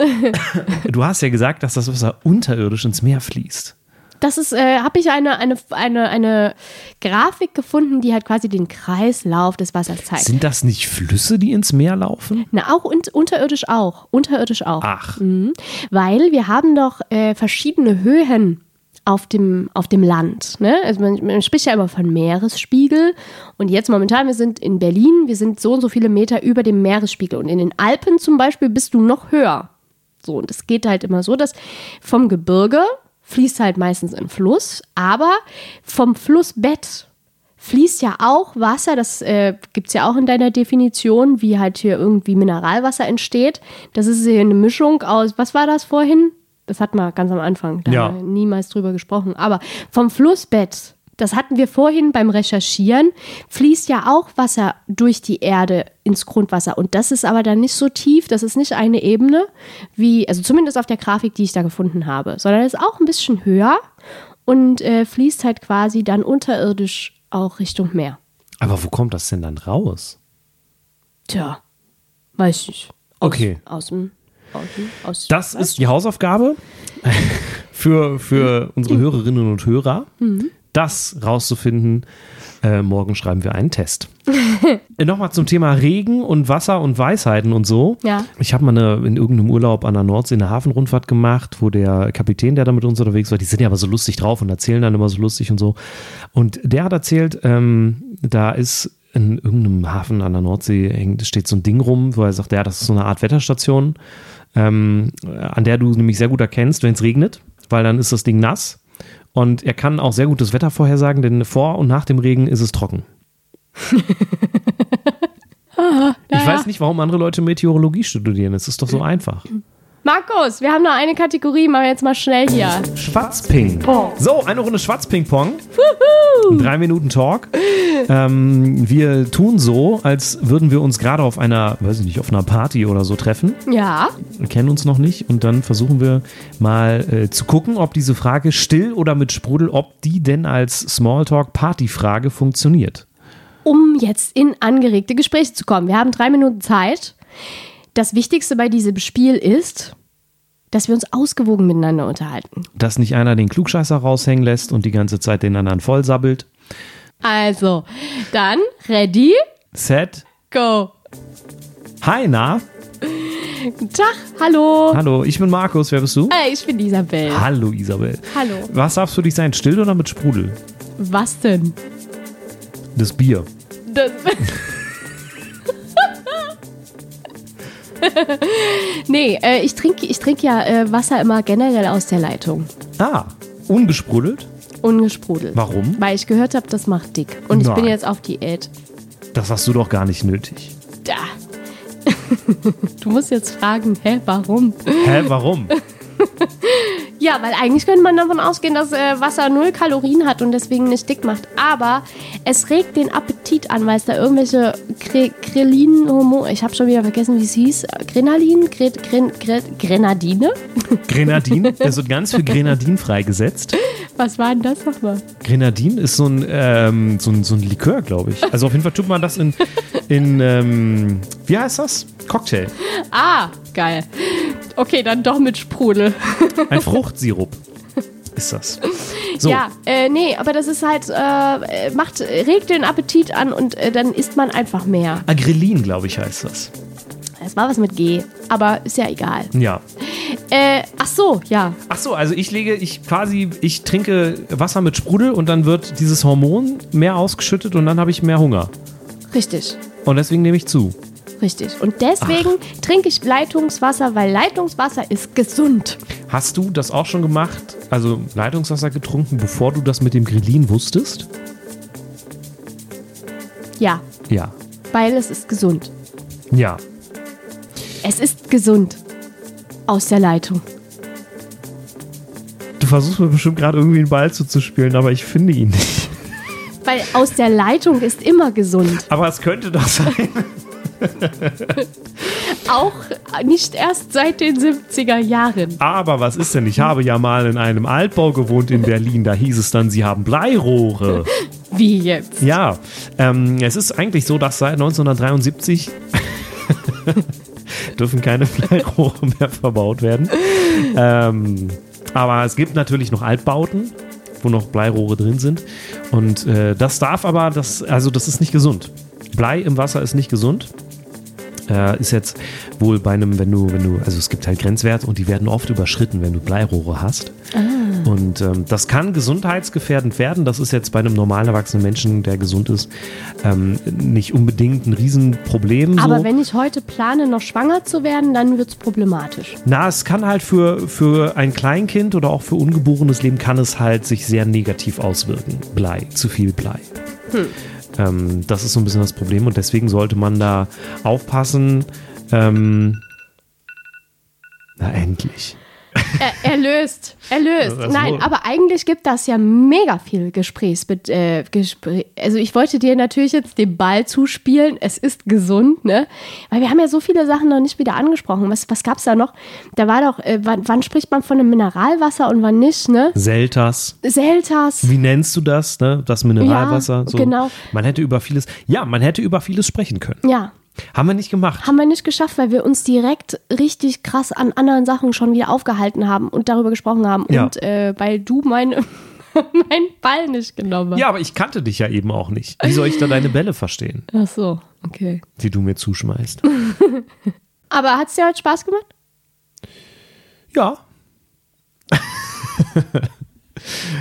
S3: Du hast ja gesagt, dass das Wasser unterirdisch ins Meer fließt.
S2: Das ist, äh, habe ich eine, eine, eine, eine Grafik gefunden, die halt quasi den Kreislauf des Wassers zeigt.
S3: Sind das nicht Flüsse, die ins Meer laufen?
S2: Na, auch und, unterirdisch auch. Unterirdisch auch.
S3: Ach,
S2: Mhm. Weil wir haben doch äh, verschiedene Höhen auf dem, auf dem Land. Ne? Also man, man spricht ja immer von Meeresspiegel. Und jetzt momentan, wir sind in Berlin, wir sind so und so viele Meter über dem Meeresspiegel. Und in den Alpen zum Beispiel bist du noch höher. So, und es geht halt immer so, dass vom Gebirge fließt halt meistens ein Fluss, aber vom Flussbett fließt ja auch Wasser, das äh, gibt es ja auch in deiner Definition, wie halt hier irgendwie Mineralwasser entsteht. Das ist hier eine Mischung aus, was war das vorhin? Das hatten wir ganz am Anfang, da
S3: Ja.
S2: haben wir niemals drüber gesprochen. Aber vom Flussbett, das hatten wir vorhin beim Recherchieren, fließt ja auch Wasser durch die Erde ins Grundwasser. Und das ist aber dann nicht so tief, das ist nicht eine Ebene, wie, also zumindest auf der Grafik, die ich da gefunden habe, sondern ist auch ein bisschen höher und äh, fließt halt quasi dann unterirdisch auch Richtung Meer.
S3: aber wo kommt das denn dann raus?
S2: Tja, weiß ich. nicht. Aus,
S3: Okay.
S2: Aus dem. Aus, dem- aus,
S3: Das ist die Hausaufgabe für, für unsere Hörerinnen und Hörer, das rauszufinden. Äh, morgen schreiben wir einen Test. äh, Nochmal zum Thema Regen und Wasser und Weisheiten und so.
S2: Ja.
S3: Ich habe mal eine, in irgendeinem Urlaub an der Nordsee eine Hafenrundfahrt gemacht, wo der Kapitän, der da mit uns unterwegs war, die sind ja aber so lustig drauf und erzählen dann immer so lustig und so. Und der hat erzählt, ähm, da ist in irgendeinem Hafen an der Nordsee hängt, steht so ein Ding rum, wo er sagt, ja, das ist so eine Art Wetterstation ähm, an der du nämlich sehr gut erkennst, wenn es regnet, weil dann ist das Ding nass. Und er kann auch sehr gut das Wetter vorhersagen, denn vor und nach dem Regen ist es trocken. ich weiß nicht, warum andere Leute Meteorologie studieren. Es ist doch so einfach.
S2: Markus, wir haben noch eine Kategorie, machen wir jetzt mal schnell hier.
S3: Schwarzping. So, eine Runde Schwarzping-Pong. Drei Minuten Talk. Ähm, wir tun so, als würden wir uns gerade auf einer, weiß ich nicht, auf einer Party oder so treffen.
S2: Ja,
S3: kennen uns noch nicht und dann versuchen wir mal äh, zu gucken, ob diese Frage still oder mit Sprudel, ob die denn als Smalltalk-Partyfrage funktioniert.
S2: um jetzt in angeregte Gespräche zu kommen. Wir haben drei Minuten Zeit. Das Wichtigste bei diesem Spiel ist, dass wir uns ausgewogen miteinander unterhalten.
S3: Dass nicht einer den Klugscheißer raushängen lässt und die ganze Zeit den anderen vollsabbelt.
S2: Also, dann, ready,
S3: Set.
S2: go.
S3: Hi, na?
S2: Guten Tag, hallo.
S3: Hallo, ich bin Markus. Wer bist du?
S2: Hey, ich bin Isabel.
S3: Hallo, Isabel.
S2: Hallo.
S3: Was darfst du dich sein? Still oder mit Sprudel?
S2: Was denn?
S3: Das Bier.
S2: Das Nee, äh, ich trinke ich trink ja äh, Wasser immer generell aus der Leitung.
S3: Ah, ungesprudelt?
S2: Ungesprudelt.
S3: Warum?
S2: Weil ich gehört habe, das macht dick. Und ich bin
S3: Nein.
S2: jetzt auf Diät.
S3: Das hast du doch gar nicht nötig.
S2: Da. du musst jetzt fragen, hä, warum?
S3: Hä, warum?
S2: Ja, weil eigentlich könnte man davon ausgehen, dass äh, Wasser null Kalorien hat und deswegen nicht dick macht. Aber es regt den Appetit an, weil es da irgendwelche Kre Krelin-Hormone, ich habe schon wieder vergessen, wie es hieß, Grenalin, Gre Gren Gre Grenadine?
S3: Grenadin? Es wird ganz viel Grenadin freigesetzt.
S2: Was war denn das nochmal?
S3: Grenadin ist so ein, ähm, so ein, so ein Likör, glaube ich. Also auf jeden Fall tut man das in, in ähm, wie heißt das? Cocktail.
S2: Ah, geil. Okay, dann doch mit Sprudel.
S3: Ein Fruchtsirup ist das. So,
S2: Ja, äh, nee, aber das ist halt, äh, macht, regt den Appetit an und äh, dann isst man einfach mehr.
S3: Agrelin, glaube ich, heißt das.
S2: Es war was mit G, aber ist ja egal.
S3: Ja.
S2: Äh, ach so, ja.
S3: Ach so, also ich lege, ich quasi, ich trinke Wasser mit Sprudel und dann wird dieses Hormon mehr ausgeschüttet und dann habe ich mehr Hunger.
S2: Richtig,
S3: Und deswegen nehme ich zu.
S2: richtig. Und deswegen trinke ich Leitungswasser, weil Leitungswasser ist gesund.
S3: Hast du das auch schon gemacht, also Leitungswasser getrunken, bevor du das mit dem Grillin wusstest?
S2: Ja,
S3: Ja.
S2: weil es ist gesund.
S3: Ja.
S2: Es ist gesund. Aus der Leitung.
S3: Du versuchst mir bestimmt gerade irgendwie einen Ball zuzuspielen, aber ich finde ihn nicht.
S2: Weil aus der Leitung ist immer gesund.
S3: Aber es könnte doch sein.
S2: Auch nicht erst seit den 70er Jahren.
S3: Aber was ist denn? Ich habe ja mal in einem Altbau gewohnt in Berlin. Da hieß es dann, sie haben Bleirohre.
S2: Wie jetzt?
S3: Ja, ähm, es ist eigentlich so, dass seit 1973 dürfen keine Bleirohre mehr verbaut werden. Ähm, aber es gibt natürlich noch Altbauten, wo noch Bleirohre drin sind. Und äh, das darf aber, das, also das ist nicht gesund. Blei im Wasser ist nicht gesund. Äh, ist jetzt wohl bei einem, wenn du, wenn du, also es gibt halt Grenzwerte und die werden oft überschritten, wenn du Bleirohre hast. Und ähm, das kann gesundheitsgefährdend werden. Das ist jetzt bei einem normal erwachsenen Menschen, der gesund ist, ähm, nicht unbedingt ein Riesenproblem.
S2: Aber
S3: so.
S2: wenn ich heute plane, noch schwanger zu werden, dann wird's problematisch.
S3: Na, es kann halt für, für ein Kleinkind oder auch für ungeborenes Leben kann es halt sich sehr negativ auswirken. Blei, zu viel Blei.
S2: Hm.
S3: Ähm, das ist so ein bisschen das Problem und deswegen sollte man da aufpassen. Ähm, na, endlich.
S2: Erlöst, erlöst.
S3: Das
S2: Nein,
S3: wohl.
S2: aber eigentlich gibt das ja mega viel Gesprächs. Äh, Gespr also ich wollte dir natürlich jetzt den Ball zuspielen. Es ist gesund, ne? Weil wir haben ja so viele Sachen noch nicht wieder angesprochen. Was, was gab's da noch? Da war doch, äh, wann, wann spricht man von einem Mineralwasser und wann nicht, ne?
S3: Selters.
S2: Selters.
S3: Wie nennst du das, ne? Das Mineralwasser.
S2: Ja, genau.
S3: Man hätte über vieles, ja, man hätte über vieles sprechen können.
S2: Ja,
S3: Haben wir nicht gemacht.
S2: haben wir nicht geschafft, weil wir uns direkt richtig krass an anderen Sachen schon wieder aufgehalten haben und darüber gesprochen haben.
S3: Ja.
S2: Und äh, weil du meine, meinen Ball nicht genommen hast.
S3: Ja, aber ich kannte dich ja eben auch nicht. Wie soll ich da deine Bälle verstehen,
S2: Ach so, okay.
S3: die du mir zuschmeißt?
S2: Aber hat es dir heute Spaß gemacht?
S3: Ja.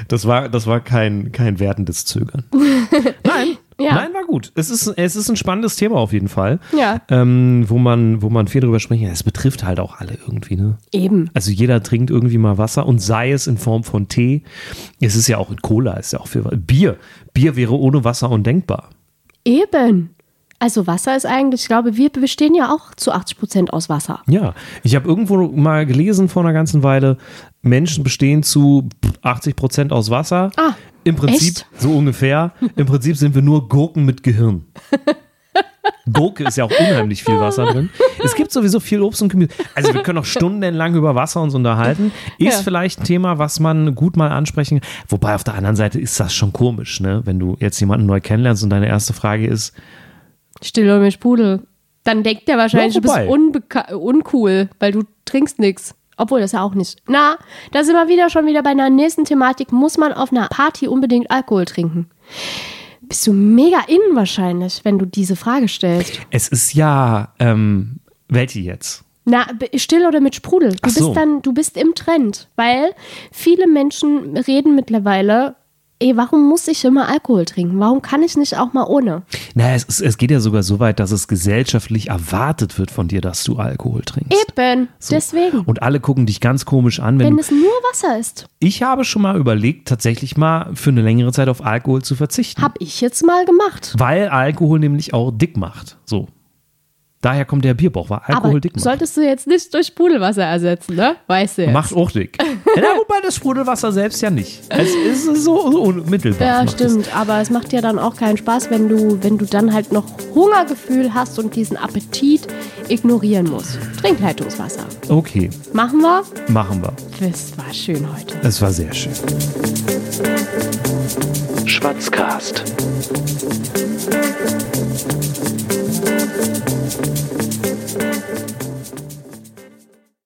S3: Das war, das war kein, kein wertendes Zögern. Nein,
S2: Ja.
S3: nein, war gut. Es ist, es ist ein spannendes Thema auf jeden Fall,
S2: Ja.
S3: ähm, wo, man, wo man viel drüber sprechen kann. Es betrifft halt auch alle irgendwie. Ne?
S2: Eben.
S3: Also jeder trinkt irgendwie mal Wasser und sei es in Form von Tee. Es ist ja auch in Cola, ist ja auch viel. Bier. Bier wäre ohne Wasser undenkbar.
S2: Eben. Also Wasser ist eigentlich, ich glaube, wir bestehen ja auch zu 80 Prozent aus Wasser.
S3: Ja, ich habe irgendwo mal gelesen vor einer ganzen Weile, Menschen bestehen zu 80 Prozent aus Wasser.
S2: Ah,
S3: Im Prinzip,
S2: echt?
S3: so ungefähr, im Prinzip sind wir nur Gurken mit Gehirn. Gurke ist ja auch unheimlich viel Wasser drin. Es gibt sowieso viel Obst und Gemüse. Also wir können auch stundenlang über Wasser uns unterhalten. Ist
S2: Ja.
S3: vielleicht ein Thema, was man gut mal ansprechen kann. Wobei auf der anderen Seite ist das schon komisch, ne? Wenn du jetzt jemanden neu kennenlernst und deine erste Frage ist,
S2: Still und mit Sprudel. Dann denkt der wahrscheinlich,
S3: Ja,
S2: du bist
S3: wobei.
S2: unbeka- uncool, weil du trinkst nichts. Obwohl, das ja auch nicht. Na, da sind wir wieder schon wieder bei einer nächsten Thematik. Muss man auf einer Party unbedingt Alkohol trinken? Bist du mega innen wahrscheinlich, wenn du diese Frage stellst.
S3: es ist ja, ähm, welche jetzt?
S2: Na, b- still oder mit Sprudel. Du
S3: Ach so.
S2: bist dann, du bist im Trend, weil viele Menschen reden mittlerweile ey, warum muss ich immer Alkohol trinken? Warum kann ich nicht auch mal ohne?
S3: Na, es, ist- es geht ja sogar so weit, dass es gesellschaftlich erwartet wird von dir, dass du Alkohol trinkst.
S2: Eben,
S3: So.
S2: deswegen.
S3: Und alle gucken dich ganz komisch an, wenn,
S2: Wenn
S3: du,
S2: es nur Wasser ist,
S3: ich habe schon mal überlegt, tatsächlich mal für eine längere Zeit auf Alkohol zu verzichten,
S2: habe ich jetzt mal gemacht.
S3: weil Alkohol nämlich auch dick macht. So. Daher kommt der Bierbauch, weil Alkohol
S2: Aber
S3: dick macht.
S2: solltest du jetzt nicht durch Pudelwasser ersetzen, ne? Weißt du jetzt.
S3: Macht auch dick. ja, wobei das Sprudelwasser selbst ja nicht. Es ist so, so mittelbar.
S2: Ja,
S3: macht es.
S2: stimmt. Aber es macht ja dann auch keinen Spaß, wenn du, wenn du dann halt noch Hungergefühl hast und diesen Appetit ignorieren musst. Trink Leitungswasser.
S3: Okay,
S2: Machen wir?
S3: machen wir.
S2: Das war schön heute.
S3: Es war sehr schön.
S1: Schwatzcast.